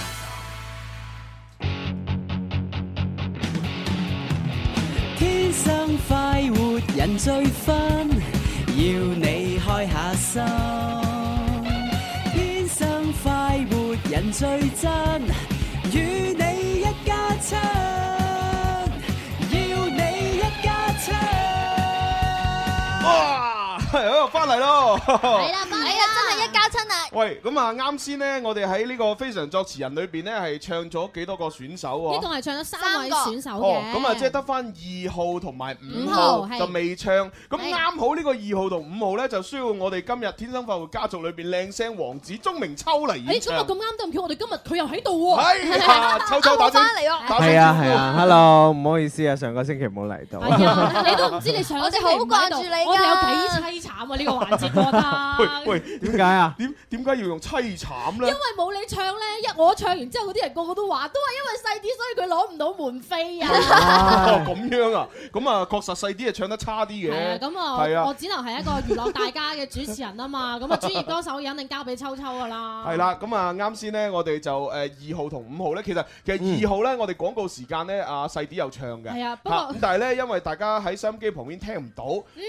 Speaker 3: 天生快活人最分，要你開下心。天生快活人最真，
Speaker 1: 与你一家亲，要你一家亲。
Speaker 4: 哇！好翻嚟咯。
Speaker 17: 係啦，係啦，真係一家親啊！
Speaker 4: 喂，咁啊，啱先呢，我哋喺呢個非常作詞人裏邊呢，係唱咗幾多個選手喎？
Speaker 5: 一共係唱咗三
Speaker 17: 三
Speaker 5: 位
Speaker 17: 個
Speaker 5: 選手
Speaker 4: 哦，
Speaker 5: 嘅。
Speaker 4: 咁啊，即係得翻二號同埋五
Speaker 5: 五號
Speaker 4: 號
Speaker 5: 係
Speaker 4: 就未唱，咁啱好呢個二號同五號咧，就需要我哋今日天生快活家族裏邊靚聲王子鐘明秋嚟
Speaker 5: 誒
Speaker 4: 演
Speaker 5: 咁啊
Speaker 4: 唱。
Speaker 5: 咁啱得唔巧，我哋今日佢又喺度喎。
Speaker 4: 係啊秋秋打
Speaker 5: 啱好
Speaker 4: 聲
Speaker 5: 返嚟喎
Speaker 4: 打聲
Speaker 7: 係啊係啊，Hello，唔好意思啊，上個星期冇嚟到。
Speaker 5: 你都唔知你上個星期唔喺度
Speaker 17: 我哋好掛住你㗎
Speaker 5: 我哋有幾凄慘啊！呢個環 節我覺得。
Speaker 4: 喂喂，點
Speaker 7: 解啊？
Speaker 4: 點點解要用凄慘
Speaker 5: 因
Speaker 4: 咧
Speaker 5: 為？冇你唱咧，一我唱完之後，嗰啲人個個都話，都係因為細啲，所以佢攞唔到門 飛啊。
Speaker 4: 哦，咁樣啊，咁啊，確實細啲係唱得差啲
Speaker 5: 係啊，
Speaker 4: 嘅。
Speaker 5: 咁
Speaker 4: 係
Speaker 5: 啊，我
Speaker 4: 啊
Speaker 5: 我。只能係一個娛樂大家嘅主持人啊嘛，咁啊專業歌手肯定交俾秋秋噶啦。
Speaker 4: 係啦，咁啊啱先咧，我哋就誒呃二號同五號咧，其實其實二號咧，我哋廣告時間咧，阿細啲有唱嘅，
Speaker 5: 係啊不過嗯
Speaker 4: 嚇咁但係咧，因為大家喺收音機旁邊聽唔到，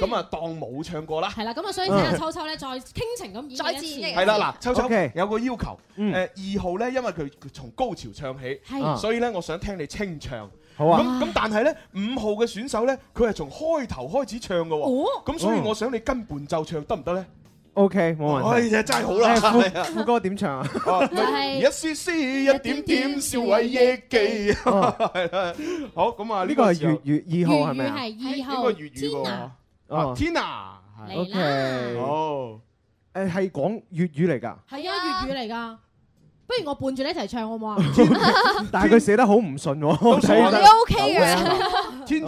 Speaker 4: 咁啊當冇唱過啦。
Speaker 5: 係啦，咁啊所以請阿秋秋咧再傾情咁演繹一次。
Speaker 4: 係啦，嗱，秋秋
Speaker 7: OK
Speaker 4: 有個要求，誒二號咧，因為佢佢從高潮唱起
Speaker 7: 係，
Speaker 4: 所以咧我想聽你清唱。
Speaker 7: 好啊
Speaker 4: 咁咁但係咧五號嘅選手咧，佢係從開頭開始唱嘅
Speaker 7: 哦
Speaker 4: 喎，咁所以我想你跟伴奏唱得唔得咧？
Speaker 7: OK，冇問題。
Speaker 4: 哎呀真係好啦
Speaker 7: 誒
Speaker 4: 係啊
Speaker 7: 副副歌點唱啊？
Speaker 4: 一絲絲一點點，少偉憶記。 係啦，好咁啊，呢
Speaker 7: 呢個係
Speaker 4: 時候
Speaker 7: 粵 語二號係咪啊？
Speaker 5: 係
Speaker 4: 呢個粵語個
Speaker 7: 哦
Speaker 4: Tina 係
Speaker 7: OK，
Speaker 4: 好。
Speaker 7: 誒係講粵語嚟㗎，
Speaker 5: 係啊，粵語嚟㗎。不如我伴住你一齊唱好唔好啊？
Speaker 7: 但係佢寫得好唔 順喎。我睇
Speaker 4: 我
Speaker 7: 得
Speaker 4: 哋
Speaker 7: 好啊
Speaker 4: 天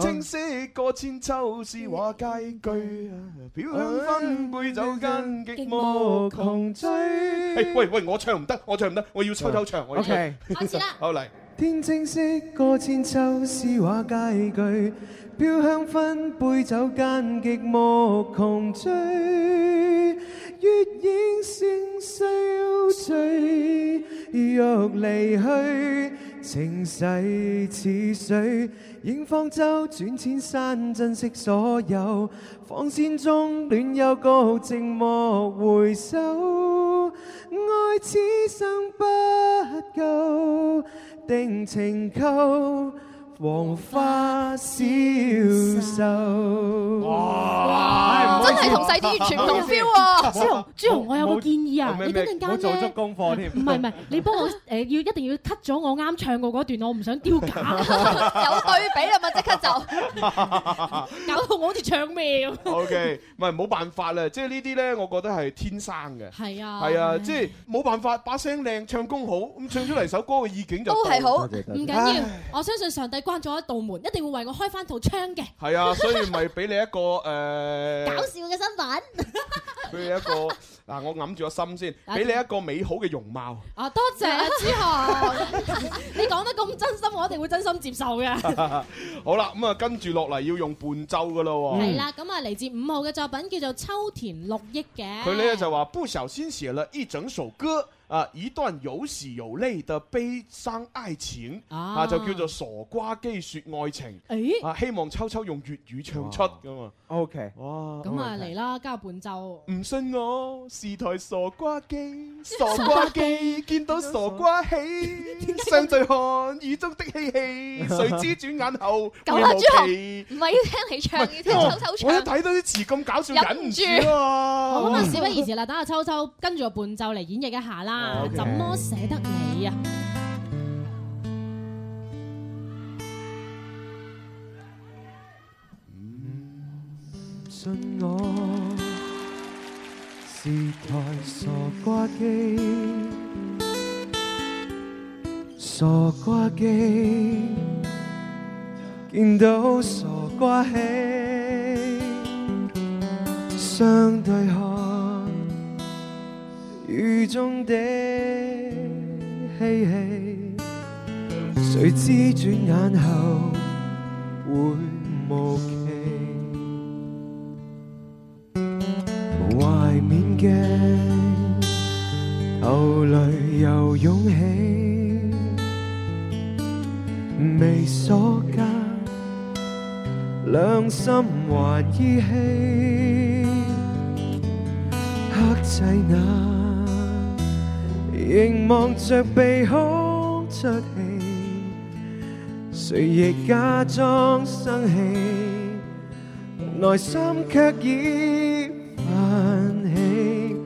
Speaker 4: 青色過千秋，是話佳句啊！表香分杯酒間，極無窮追。哎喂喂，我唱唔得，我唱唔得，我要秋秋唱，我要唱
Speaker 7: OK 開始啦
Speaker 4: 好嚟。
Speaker 7: 天青色過千秋，詩畫佳句，飄香分杯酒間，極無窮追。月影聲消醉，若離去，情逝似水。影方舟轉千山，珍惜所有。芳仙中戀幽谷，靜默回首。愛此生不夠，定情扣。黃花消售。哇
Speaker 17: 真係同細啲完全唔同 feel 喎
Speaker 5: 朱紅，朱紅，我有個建議啊，
Speaker 7: 冇
Speaker 5: 你等陣間
Speaker 7: 冇做足
Speaker 5: 咧。
Speaker 7: 功課添。
Speaker 5: 唔係唔 係，你幫我誒要一定要 cut 咗我啱唱過嗰段，我唔想丟架。 有
Speaker 17: 對比啦嘛，即刻就。
Speaker 5: 搞到我好似唱咩咁。
Speaker 4: O K，唔係冇辦法啦，即係呢啲咧，我覺得係天生嘅。
Speaker 5: 係啊，
Speaker 4: 係啊，即係冇辦法，把聲靚，唱功好，咁唱出嚟首歌嘅意境 就
Speaker 5: 都係好，
Speaker 4: 到
Speaker 5: 唔緊要。我相信上帝關咗一道門，一定會為我開翻道窗嘅。
Speaker 4: 唉係啊，所以咪俾你一個誒，
Speaker 5: 搞笑嘅身份。
Speaker 4: 俾你一個嗱，我揞住個心先，俾你一個美好嘅容貌。
Speaker 5: 啊，多謝啊，朱紅， 你講得咁真心，我一定會真心接受 嘅。
Speaker 4: 好啦，咁啊，跟住落嚟要用伴奏噶咯喎。
Speaker 5: 係啦，咁啊，嚟自五號嘅作品叫做《秋田六益》嘅。
Speaker 4: 佢咧就話不小心寫了一整首歌。啊！一段有喜有淚的悲傷愛情
Speaker 5: 啊哎
Speaker 4: 啊，就叫做傻瓜機説愛情。
Speaker 5: 誒
Speaker 4: 啊，希望秋秋用粵語唱出咁啊。
Speaker 7: O K，
Speaker 4: 哇，
Speaker 5: 咁啊嚟啦，加伴奏。
Speaker 4: 唔信我是台傻瓜機， 傻瓜機見到傻瓜喜，相對看雨中的嬉戲，誰知轉眼 後
Speaker 17: 九
Speaker 4: 會
Speaker 17: 啊
Speaker 4: 無
Speaker 17: 朱紅，
Speaker 4: 期。
Speaker 17: 唔係要聽你唱，要聽
Speaker 4: 因為我
Speaker 17: 秋秋
Speaker 4: 我一
Speaker 17: 唱。
Speaker 4: 睇到啲詞咁搞笑，
Speaker 17: 忍
Speaker 4: 忍
Speaker 17: 唔
Speaker 4: 唔
Speaker 17: 住
Speaker 4: 住啊！
Speaker 5: 好咁啊，事不宜遲啦，等阿秋秋跟住個伴奏嚟演繹一下啦。
Speaker 4: OK
Speaker 5: 怎麼捨得你啊？
Speaker 7: 信我是台傻瓜機，傻瓜機見到傻瓜喜，相對看雨中的嬉戲，誰知轉眼後會無期。懷緬嘅頭淚又湧起，未鎖間兩心還依稀，克制那凝望着鼻孔出氣。谁亦假裝生氣，內心卻已泛起。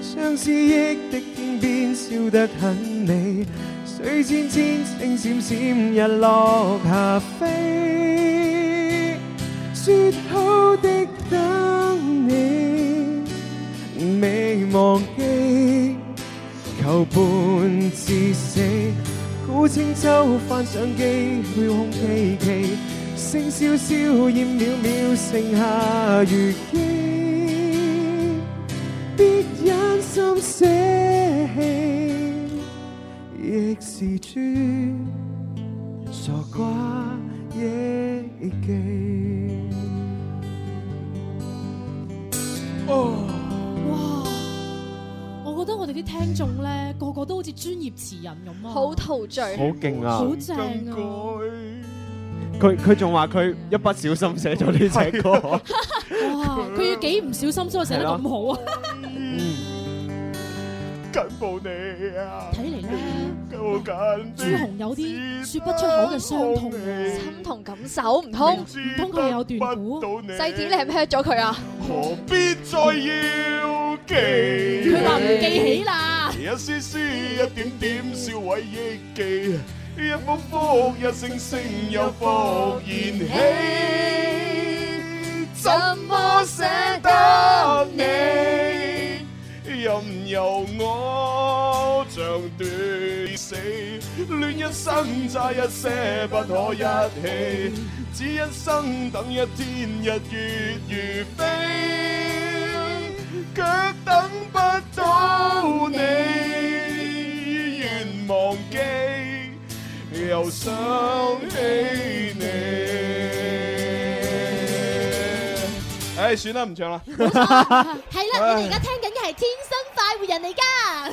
Speaker 7: 相思憶的天邊笑得很美，水千千星閃閃，日落下飛。說好的等你，未忘記。求伴至死，古清秋翻上機，去空崎嶇，聲蕭蕭煙渺渺，剩下虞姬，別忍心捨棄，亦是豬，傻瓜憶記。
Speaker 5: 我覺得我哋啲聽眾咧，個個都好似專業詞人咁啊，
Speaker 25: 好陶醉，
Speaker 7: 好勁啊
Speaker 5: 好正啊！
Speaker 7: 佢佢仲話佢一不小心寫咗呢隻 歌，
Speaker 5: 哇，佢要幾唔小心先可以寫得咁好啊！
Speaker 4: 緊抱你啊！
Speaker 5: 睇嚟咧，
Speaker 4: 好緊
Speaker 5: 朱紅有啲說不出口嘅傷痛啊，
Speaker 25: 心同感受唔通，
Speaker 5: 唔通佢有段故？
Speaker 25: 細子你係咪 hurt 咗佢啊？
Speaker 4: 何必再要記？佢
Speaker 5: 話唔記起啦
Speaker 4: 一絲絲，一點點，燒毀憶記。一幅幅，一聲聲，又復燃起。怎麼捨得你？任由我像斷死，戀一生差一些不可一起，只一生等一天日月如飛，卻等不到你，願忘記，又想起你。唉，算啦，唔唱啦。
Speaker 26: 係啦，你哋而家聽緊嘅係《天生快活人》嚟㗎。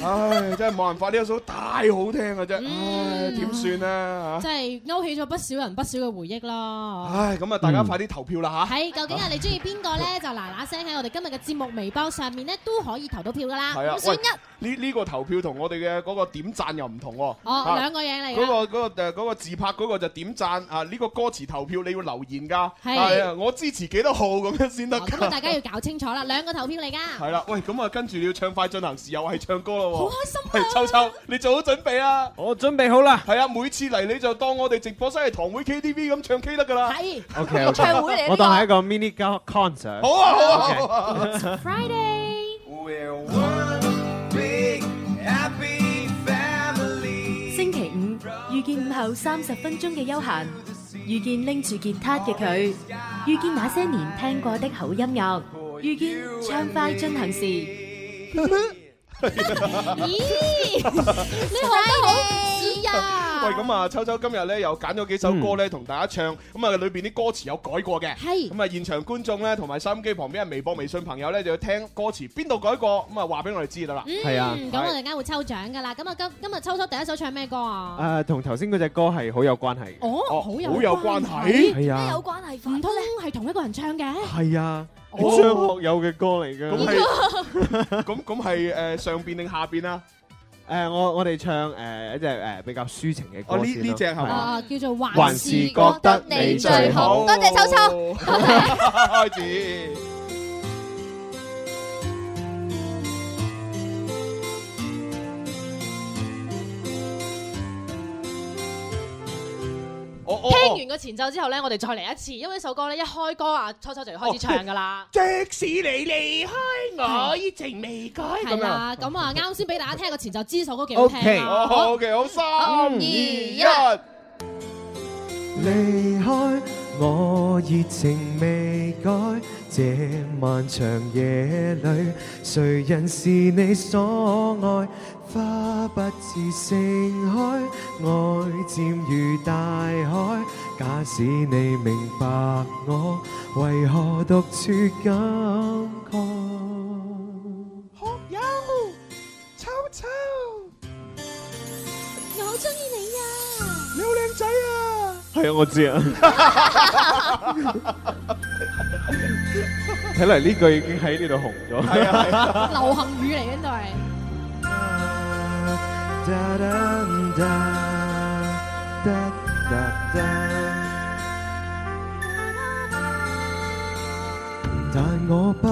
Speaker 4: 唉，真係冇辦法，呢一首太好聽嘅啫，唉，點算啊？
Speaker 5: 即嗯係勾起咗不少人不少嘅回憶啦。
Speaker 4: 唉，咁啊，大家快啲投票啦吓！
Speaker 5: 係，究竟係你中意邊個咧？就嗱嗱聲喺我哋今日嘅節目微博上面咧，都可以投到票噶啦。
Speaker 4: 係啊
Speaker 5: 五，選一，
Speaker 4: 喂，呢呢個投票同我哋嘅嗰個點贊又唔同喎。
Speaker 5: 哦，
Speaker 4: 啊
Speaker 5: 兩個嘢嚟㗎
Speaker 4: 嗰個嗰個誒嗰個自拍嗰個就點贊啊！呢個歌詞投票你要留言㗎，
Speaker 5: 係
Speaker 4: 係啊，我支持幾多號咁樣先得㗎。
Speaker 5: 咁啊，大家要搞清楚啦，兩個投票嚟㗎。
Speaker 4: 係啦，喂，咁啊，跟住你要唱快進行時又係唱歌咯喎。
Speaker 5: 好開心 啊
Speaker 4: 喂秋秋，你做好準備啊！
Speaker 7: 我準備好啦。
Speaker 4: 係啊，每次嚟你就當我哋直播室係堂會 KTV 咁唱 K 得㗎啦。
Speaker 5: 係
Speaker 7: OK，OK 我當係一個 mini co- concert。
Speaker 4: 好啊好啊好啊
Speaker 7: OK
Speaker 5: Friday.
Speaker 27: We're one big happy family.
Speaker 21: 星期五遇見午後三十分鐘嘅休閒，遇見拎住吉他嘅佢，遇見那些年聽過的好音樂，遇見暢快進行 時。
Speaker 5: 咦，你學得好似啊！
Speaker 4: 喂，咁啊，秋秋今日咧又揀咗幾首歌咧，同大家唱，咁啊裏邊啲歌詞有改過嘅，
Speaker 5: 係
Speaker 4: 咁啊現場觀眾咧同埋收音機旁邊嘅微博、微信朋友咧就要聽歌詞邊度改過，咁啊話俾我哋知得啦，
Speaker 5: 嗯，咁我哋間會抽獎㗎啦。咁啊，今今日抽咗第一首唱咩歌啊？
Speaker 7: 誒，同頭先嗰隻歌係好有關係嘅。
Speaker 25: Ờ,
Speaker 5: 哦，好有
Speaker 7: 好有關係
Speaker 25: à.
Speaker 7: 係啊
Speaker 5: 咩有關係法？唔通係同一個人唱嘅？
Speaker 7: 係啊，
Speaker 5: 哦
Speaker 7: 張學友嘅歌嚟
Speaker 4: 咁
Speaker 7: 嘅。
Speaker 4: 係 咁咁係誒上邊定下邊啊？
Speaker 7: 誒，我我哋唱誒一隻誒比較抒情嘅歌
Speaker 4: 哦呢
Speaker 7: 先啦
Speaker 4: 呢隻係嘛
Speaker 7: 係啊
Speaker 5: 啊，叫做
Speaker 7: 還
Speaker 5: 還
Speaker 7: 是覺得你最好。
Speaker 25: 多謝秋秋。
Speaker 5: 嗯
Speaker 4: 開始。
Speaker 5: 聽完個前奏之後咧，我哋再嚟一次，因為呢首歌咧一開歌啊，秋秋就要開始唱㗎啦。
Speaker 4: 即使你離開我，熱情未改
Speaker 5: 係
Speaker 4: 咁
Speaker 5: 啦，
Speaker 4: 啊。
Speaker 5: 咁 啊，啱先俾大家聽個前奏，知首歌幾好聽
Speaker 4: K，
Speaker 5: 啊！
Speaker 4: 好，OK，好，三
Speaker 5: 二
Speaker 4: 二
Speaker 5: 一
Speaker 4: 一。
Speaker 7: 離開我熱情未改，這漫長夜裏，誰人是你所愛？花不自盛開，愛漸如大海。假使你明白我，為何獨處感慨？
Speaker 3: 有秋秋，我好中意你啊！你好靚仔啊！
Speaker 7: 係啊，我知啊。 睇嚟呢句已經喺呢度紅咗。係啊，
Speaker 5: 流行語嚟嘅呢度係。
Speaker 7: 係啊。哒哒。但我不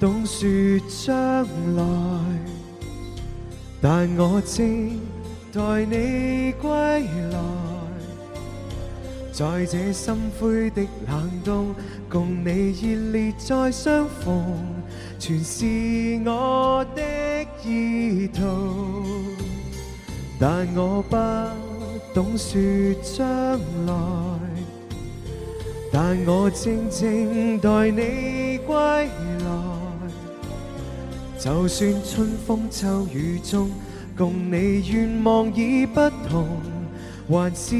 Speaker 7: 懂说将来，但我知待你归来，在这心灰的冷冬，共你热烈再相逢，全是我的意图。但我不懂说将来。但我靜靜待你歸來，就算春風秋雨中，共你願望已不同，還是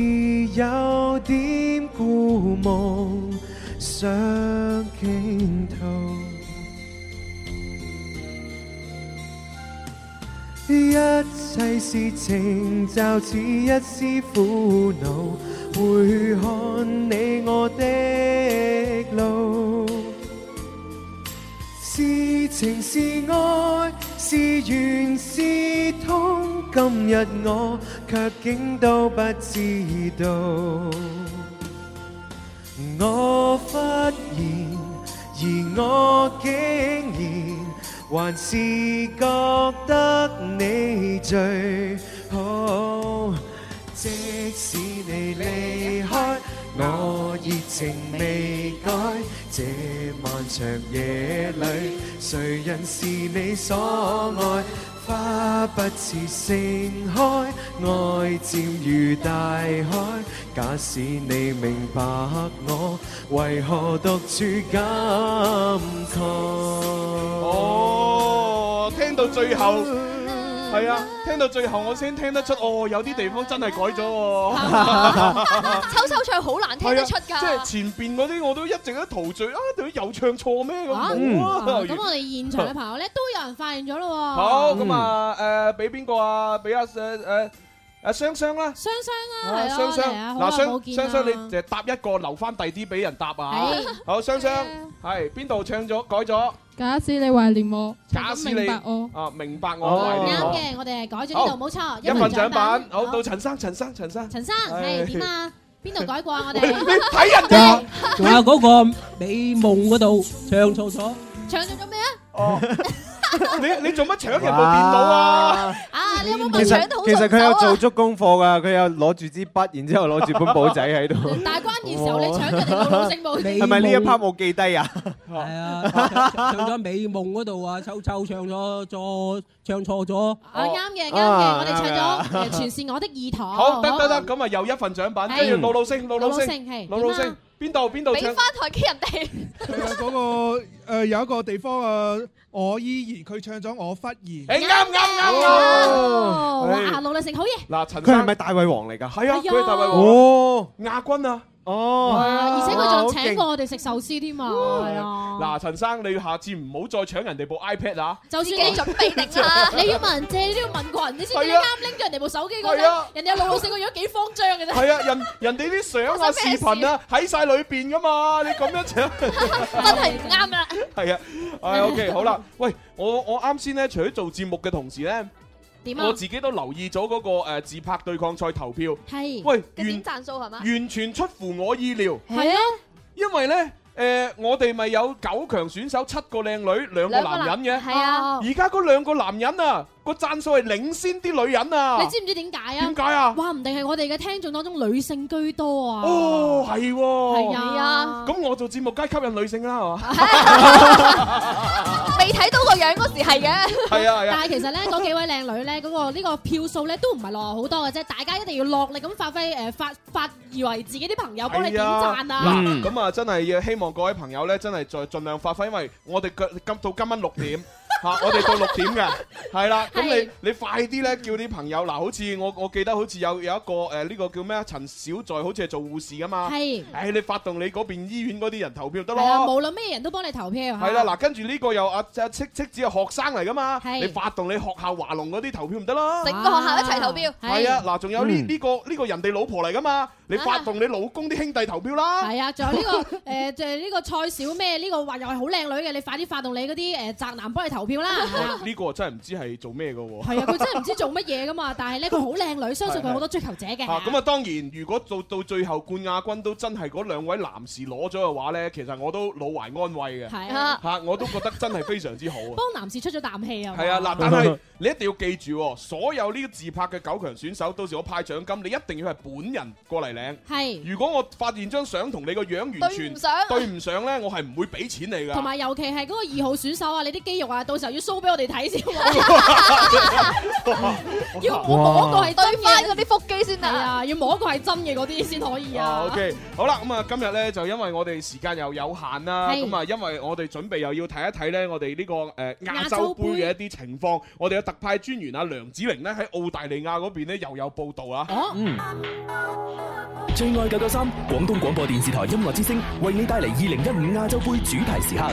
Speaker 7: 有點故夢想傾吐。一切事情就似一絲苦惱，回看你我的路。是情是愛，是緣是痛，今日我卻竟都不知道。我忽然，而我竟然還是覺得你最好，即使你離開。我熱情未改，這漫長夜裏，誰人是你所愛？花不似盛開，愛漸如大海。假使你明白我，為何獨處感慨？
Speaker 4: 哦，聽到最後。係啊，聽到最後我先聽得出，哦，有啲地方真係改咗 喎。
Speaker 28: 秋秋唱好難聽得出
Speaker 4: 係啊
Speaker 28: 㗎。
Speaker 4: 即係前邊嗰啲我都一直都陶醉啊，對有唱錯咩咁
Speaker 5: 啊
Speaker 4: 冇啊
Speaker 5: 咁我哋現 場嘅朋友咧，都有人發現咗咯喎。
Speaker 4: 好咁啊，誒俾邊個啊？俾阿誒誒阿雙雙啦。
Speaker 5: 雙雙啊，
Speaker 4: 啊
Speaker 5: 係啊
Speaker 4: 雙雙
Speaker 5: 我哋啊好
Speaker 4: 嗱，
Speaker 5: 耐冇
Speaker 4: 雙
Speaker 5: 見
Speaker 4: 雙
Speaker 5: 啦
Speaker 4: 雙，你就答一個，留翻第啲俾人答啊
Speaker 5: 係！
Speaker 4: 好，雙雙係邊度唱咗改咗？
Speaker 14: 假使你懷念我，
Speaker 4: 假使
Speaker 14: 明
Speaker 4: 你
Speaker 14: 白我，
Speaker 4: 啊，明白我
Speaker 14: 哦
Speaker 4: 懷念
Speaker 5: 啱
Speaker 4: 我
Speaker 5: 嘅，我哋係改咗呢度，冇錯，
Speaker 4: 一份獎品，好
Speaker 5: 好
Speaker 4: 到陳生，陳生，陳生，
Speaker 5: 陳生係點啊？邊度改過 啊？我哋
Speaker 4: 睇人
Speaker 5: 哋
Speaker 3: 仲有嗰個美夢嗰度唱錯咗，
Speaker 5: 唱咗咗咩啊？
Speaker 4: 你你做乜搶人部電腦啊？
Speaker 5: 啊，你有冇
Speaker 7: 其
Speaker 5: 問
Speaker 7: 實
Speaker 5: 搶到好
Speaker 7: 其
Speaker 5: 順
Speaker 7: 實佢有
Speaker 5: 手
Speaker 7: 做
Speaker 5: 啊？
Speaker 7: 足功課㗎，佢有攞住支筆，然之後攞住本簿仔喺度。
Speaker 5: 但係關鍵時候你搶人哋個老聖母，
Speaker 7: 係咪呢一 part 冇記低啊？
Speaker 3: 係啊，唱咗美夢嗰度啊，秋秋唱咗錯，唱錯咗，
Speaker 5: 啊啱嘅啱嘅，
Speaker 4: 啊
Speaker 3: À,
Speaker 5: 我哋唱
Speaker 4: 啱
Speaker 5: 咗誒
Speaker 4: 嘅
Speaker 5: 全是我的意堂。
Speaker 4: 好得得得，咁啊又一份獎品，
Speaker 5: 係
Speaker 4: 跟住老老星，老老
Speaker 5: 老老星係
Speaker 4: 星，老老
Speaker 5: 點
Speaker 4: 星
Speaker 5: 啊，
Speaker 4: 邊度邊度
Speaker 28: 俾
Speaker 4: 唱
Speaker 28: 翻？ 台機人哋。
Speaker 25: 嗰個誒有一個地方啊，我依然佢唱咗我忽然，誒
Speaker 4: 啱啱啱
Speaker 5: 哦，
Speaker 4: 哎
Speaker 5: 哇！老力成好嘢，
Speaker 4: 嗱，陳生係咪
Speaker 7: 大胃王嚟㗎？
Speaker 4: 係
Speaker 5: 係
Speaker 4: 啊，
Speaker 5: 啊
Speaker 4: 佢係大胃王。
Speaker 7: 哦，
Speaker 4: 亞軍啊！
Speaker 7: 哦
Speaker 5: 而且佢仲請過
Speaker 4: 好勁
Speaker 5: 我哋食壽司添啊，係啊。
Speaker 4: 嗱，陳生，你下次唔好再搶人哋部 iPad à. 啊！
Speaker 5: 就算你準備定
Speaker 28: 啦
Speaker 5: 你要問人借，你都要問過人，你先至
Speaker 4: 係啊
Speaker 5: 啱拎咗人哋部手機嗰
Speaker 4: 係啊
Speaker 5: 陣，人哋有老老四個樣幾慌張嘅啫。
Speaker 4: 係啊，人人哋啲相啊、
Speaker 5: 發生
Speaker 4: 視
Speaker 5: 咩事
Speaker 4: 頻啊喺晒裏邊噶嘛，你咁樣搶
Speaker 28: 真係唔啱 啦！
Speaker 4: 係啊，唉 OK 好啦，喂，我我啱先咧，除咗做節目嘅同時咧，
Speaker 28: 點啊
Speaker 4: 我自己都留意咗嗰個誒自拍對抗賽投票，
Speaker 5: 係
Speaker 4: 喂
Speaker 28: 嘅點
Speaker 4: 完
Speaker 28: 贊數係嘛？
Speaker 4: 完全出乎我意料，
Speaker 5: 係啊，
Speaker 4: 因為咧。誒、我哋咪有九強選手七個靚女，兩個
Speaker 5: 兩個
Speaker 4: 男人
Speaker 5: 男
Speaker 4: 嘅。
Speaker 5: 係啊
Speaker 4: 而家嗰兩個男人啊，個贊數係領先啲女人啊。
Speaker 5: 你知唔知點解啊？
Speaker 4: 點解啊
Speaker 5: 話唔定係我哋嘅聽眾當中女性居多啊。
Speaker 4: 哦，係喎。
Speaker 5: 係啊
Speaker 4: 咁我做節目梗係吸引女性啦，係嘛？
Speaker 5: 未睇到個樣嗰時係嘅。
Speaker 4: 係啊係啊
Speaker 5: 但係其實咧，嗰幾位靚女咧，嗰個呢個票數咧都唔係落好多嘅啫，大家一定要落力咁發揮誒發發以為自己啲朋友幫你點贊啊！
Speaker 4: 哎嗱，咁啊，真係要希望各位朋友咧，真係再盡量發揮，因為我哋嘅今到今晚六 點。嚇！我哋到六點嘅，係啦。咁
Speaker 5: 係
Speaker 4: 你你快啲咧，叫啲朋友嗱，好似我我記得好似有有一個誒呢個叫咩啊？陳小在好似係做護士噶嘛。
Speaker 5: 係
Speaker 4: 誒，你發動你嗰邊醫院嗰啲人投票得
Speaker 5: 係啊，無
Speaker 4: 咯。
Speaker 5: 論咩人都幫你投票。啊
Speaker 4: 係啦，嗱，跟住呢個又阿阿戚戚子係學生嚟噶嘛，
Speaker 5: 係
Speaker 4: 你發動你學校華龍嗰啲投票唔得啦。
Speaker 28: 整個學校一齊投票
Speaker 4: 係啊，嗱，仲有呢
Speaker 5: 嗯
Speaker 4: 呢個呢個人哋老婆嚟噶嘛，你發動你老公啲兄弟投票啦。
Speaker 5: 啊係啊，仲有 呢個誒，就係呢個蔡小咩呢個話又係好靚女嘅，你快啲發動你嗰啲誒宅男幫你投票票啦。
Speaker 4: 哇呢個真係唔知係做咩嘅喎。
Speaker 5: 係啊，佢真係唔知做乜嘢噶嘛，但係咧佢好靚女，相信佢好多追求者嘅。
Speaker 4: 啊，咁啊，當然，如果到到最後冠亞軍都真係嗰兩位男士攞咗嘅話呢，其實我都老懷安慰嘅。
Speaker 5: 係啊
Speaker 4: 嚇我都覺得真係非常之好啊。
Speaker 5: 幫男士出咗啖氣啊！
Speaker 4: 係啊，嗱，但係你一定要記住喎，所有呢個自拍嘅九強選手，到時我派獎金，你一定要係本人過嚟領。
Speaker 5: 係
Speaker 4: 如果我發現張相同你個樣完全
Speaker 5: 對唔上
Speaker 4: 對唔上呢，我係唔會俾錢
Speaker 25: 啊
Speaker 4: 你㗎。
Speaker 5: 同埋尤其係嗰個二號選手啊，你啲肌肉啊，到時候要 show 俾我哋睇先喎。要我摸過係真嘅嗰啲腹肌先得啊，要摸過係真嘅嗰啲先可以啊。
Speaker 4: 哦，OK，好啦，咁啊，今日咧就因為我哋時間又有限啦，
Speaker 5: 係
Speaker 4: 咁啊，因為我哋準備又要睇一睇咧，啊我哋呢個誒亞
Speaker 5: 亞
Speaker 4: 洲
Speaker 5: 洲
Speaker 4: 杯
Speaker 5: 杯
Speaker 4: 嘅一啲情況，我哋嘅特派專員阿梁子玲咧喺澳大利亞嗰邊咧又有報導啊。
Speaker 29: 嗯。
Speaker 14: 哦
Speaker 29: 最愛九九三，廣東廣播電視台音樂之聲為你帶嚟二零一五亞洲杯主題時刻。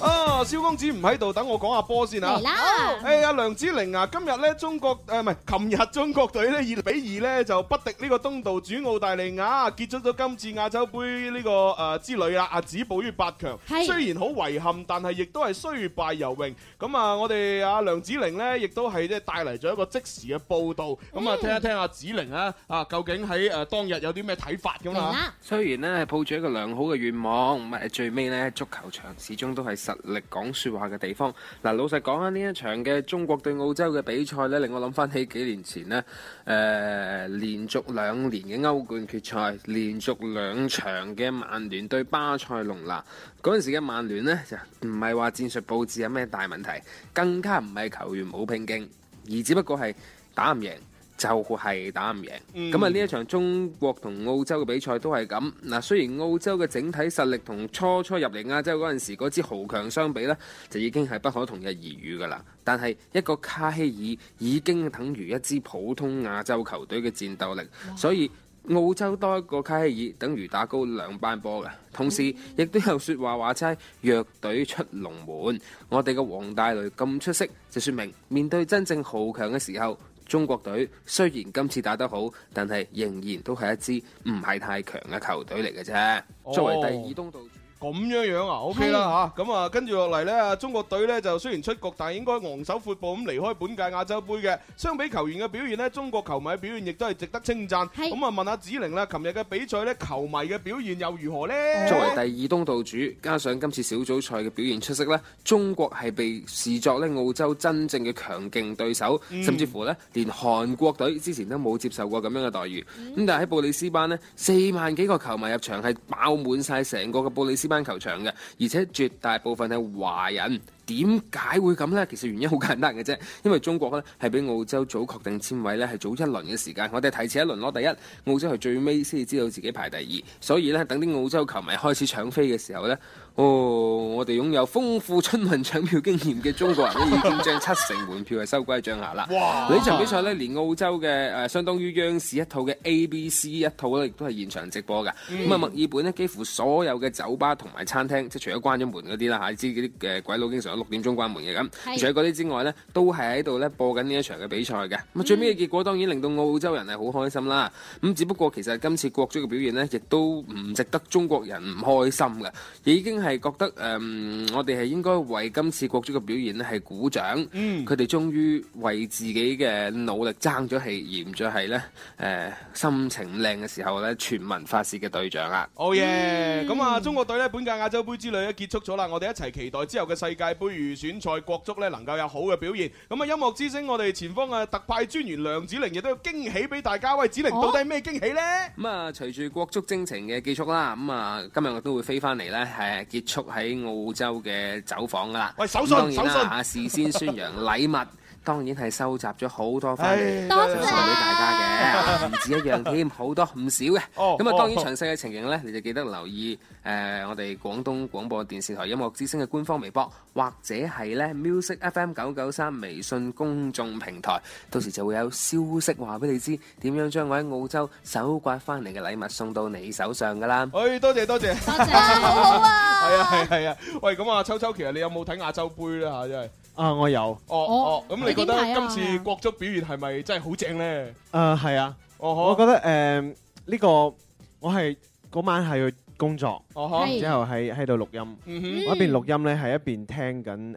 Speaker 4: 啊，蕭公子唔喺度，等我講下波先啊。
Speaker 14: 嚟啦
Speaker 4: 好！誒，阿梁子玲啊，今日咧中國誒唔係，琴日中國隊咧二比二咧就不敵呢個東道主澳大利亞，結束咗今次亞洲杯呢個誒之旅啦，啊止步於八強。
Speaker 14: 係
Speaker 4: 雖然好遺憾，但係亦都係雖敗猶榮。咁啊，我哋阿梁子玲咧亦都係即係帶嚟咗一個即時嘅報導。咁啊，聽一聽阿子玲啊，啊究竟喺誒當日有啲咩睇法咁啊？
Speaker 9: 雖然呢係抱住一個良好嘅願望，咁誒最尾呢，足球場始終都係實力講説話嘅地方。嗱，老實講啊，呢一場嘅中國對澳洲嘅比賽呢，令我諗翻起幾年前呢，誒、呃連續兩年嘅歐冠決賽，連續兩場嘅曼聯對巴塞隆拿。嗰陣時嘅曼聯呢，就唔係話戰術佈置啊有咩大問題，更加唔係球員冇拼勁，而只不過係打唔贏。就係打唔贏，
Speaker 25: 嗯
Speaker 9: 咁啊呢一場中國同澳洲嘅比賽都係咁。嗱，雖然澳洲嘅整體實力同初初入嚟亞洲嗰陣時嗰支豪強相比呢，就已經係不可同日而語噶啦。但係一個卡希爾已經等於一支普通亞洲球隊嘅戰鬥力，所以澳洲多一個卡希爾，等於打高兩班波嘅。同時，亦都有説話話齋，弱隊出龍門。我哋嘅黃大雷咁出色，就説明面對真正豪強嘅時候，中國隊雖然今次打得好，但係仍然都係一支唔係太強嘅球隊嚟嘅
Speaker 4: 哦
Speaker 9: 啫。作為第二東道主。
Speaker 4: 咁樣樣啊，OK 啦嚇，咁啊跟住落嚟呢，中國隊呢就雖然出局，但係應該昂首闊步咁離開本屆亞洲杯嘅。相比球員嘅表現呢，中國球迷嘅表現亦都係值得稱讚。咁啊問下子玲啦，琴日嘅比賽呢，球迷嘅表現又如何呢？
Speaker 9: 作為第二東道主，加上今次小組賽嘅表現出色呢，中國係被視作咧澳洲真正嘅強勁對手，
Speaker 25: 嗯
Speaker 9: 甚至乎呢連韓國隊之前都冇接受過咁樣嘅待遇。咁、但係喺布里斯班呢，四萬幾個球迷入場係爆滿晒成個嘅布里斯班球場嘅，而且絕大部分係華人。點解會咁呢？其實原因好簡單嘅啫，因為中國呢係比澳洲早確定簽位呢係早一輪嘅時間，我哋提前一輪攞第一，澳洲係最尾先至知道自己排第二，所以呢，等啲澳洲球迷開始搶飛嘅時候呢，哦，我哋擁有豐富春運搶票經驗嘅中國人呢，已經將七成門票係收歸帳下啦。
Speaker 25: 哇
Speaker 9: 呢場比賽呢，連澳洲嘅誒、呃相當於央視一套嘅 ABC 一套呢，亦都係現場直播㗎。咁啊、
Speaker 25: 嗯
Speaker 9: 墨爾本呢，幾乎所有嘅酒吧同埋餐廳，即係除咗關咗門嗰啲啦嚇，你知嗰啲誒鬼佬經常都六點鐘關門嘅咁。
Speaker 25: 係
Speaker 9: 除咗嗰啲之外呢，都係喺度呢播緊呢一場嘅比賽嘅。咁啊，最尾嘅結果當然令到澳洲人係好開心啦。咁只不過其實今次國足嘅表現呢，亦都唔值得中國人唔開心嘅，已經係覺得誒、嗯我哋係應該為今次國足嘅表現呢係鼓掌。佢哋終於為自己嘅努力爭咗氣，而唔再係呢誒心情靚嘅時候呢，全民發泄嘅對象啦。
Speaker 4: 好嘢！Oh 咁啊，中國隊呢，本屆亞洲杯之旅咧結束咗啦，我哋一齊期待之後嘅世界盃預選賽國足呢能夠有好嘅表現。咁啊，音樂之聲我哋前方嘅特派專員梁子玲亦都有驚喜俾大家。喂，子玲到底係咩驚喜呢？
Speaker 9: 咁啊，隨住國足征程嘅結束啦，咁啊，今日我都會飛翻嚟呢，係結束喺澳洲嘅走訪噶啦。
Speaker 4: 喂手信
Speaker 9: 咁當然啦
Speaker 4: 手信
Speaker 9: 啊事先宣揚禮物。當然係收集咗好多翻
Speaker 4: 唉
Speaker 9: 嚟，
Speaker 4: 多謝
Speaker 9: 想送俾大家嘅，唔止一樣添，好多唔少嘅。咁啊，當然
Speaker 4: 哦
Speaker 9: 詳細嘅情形呢，你就記得留意誒我哋廣東廣播電視台音樂之聲嘅官方微博，或者係呢 Music FM 九九三微信公眾平台，到時就會有消息話俾你知點樣將我喺澳洲搜刮翻嚟嘅禮物送到你手上㗎啦。
Speaker 4: 誒，哎多謝多謝，多謝，
Speaker 9: 好好
Speaker 4: 啊！係啊係係啊，喂，咁啊，秋秋，其實你有冇睇亞洲杯咧嚇？真係，
Speaker 14: 啊，我有，
Speaker 4: 哦哦，咁你覺
Speaker 14: 你點睇
Speaker 4: 得今
Speaker 14: 啊
Speaker 4: 次國足表現係咪真係好正咧？
Speaker 25: 呃
Speaker 4: 哦
Speaker 14: 誒係啊，我覺得誒呢個我係嗰晚係
Speaker 25: 工作，
Speaker 4: 哦呵
Speaker 25: 然之後喺喺度錄
Speaker 4: 嗯
Speaker 25: 音，
Speaker 4: 哼
Speaker 25: 我一邊錄音咧係一邊聽緊誒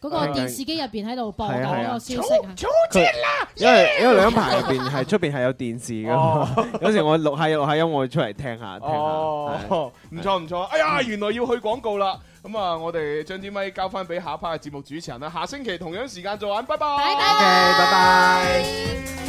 Speaker 5: 嗰個電視機入邊喺度播
Speaker 25: 係
Speaker 5: 緊
Speaker 25: 啊係
Speaker 5: 嗰
Speaker 25: 啊
Speaker 5: 個消息啊！
Speaker 25: 佢因為因為兩排入邊係出邊係有電視噶嘛， 有時我錄下錄下音，我會出嚟聽下
Speaker 9: 啊
Speaker 25: 啊聽下。
Speaker 4: 哦哦，唔錯唔錯，
Speaker 9: 嗯
Speaker 4: 哎呀，原來要去廣告啦。咁啊，我哋將支咪交啊翻俾下一 part 嘅節目主持人啦。下星期同樣時間再玩，拜拜。拜拜，
Speaker 25: 拜拜。
Speaker 4: 拜。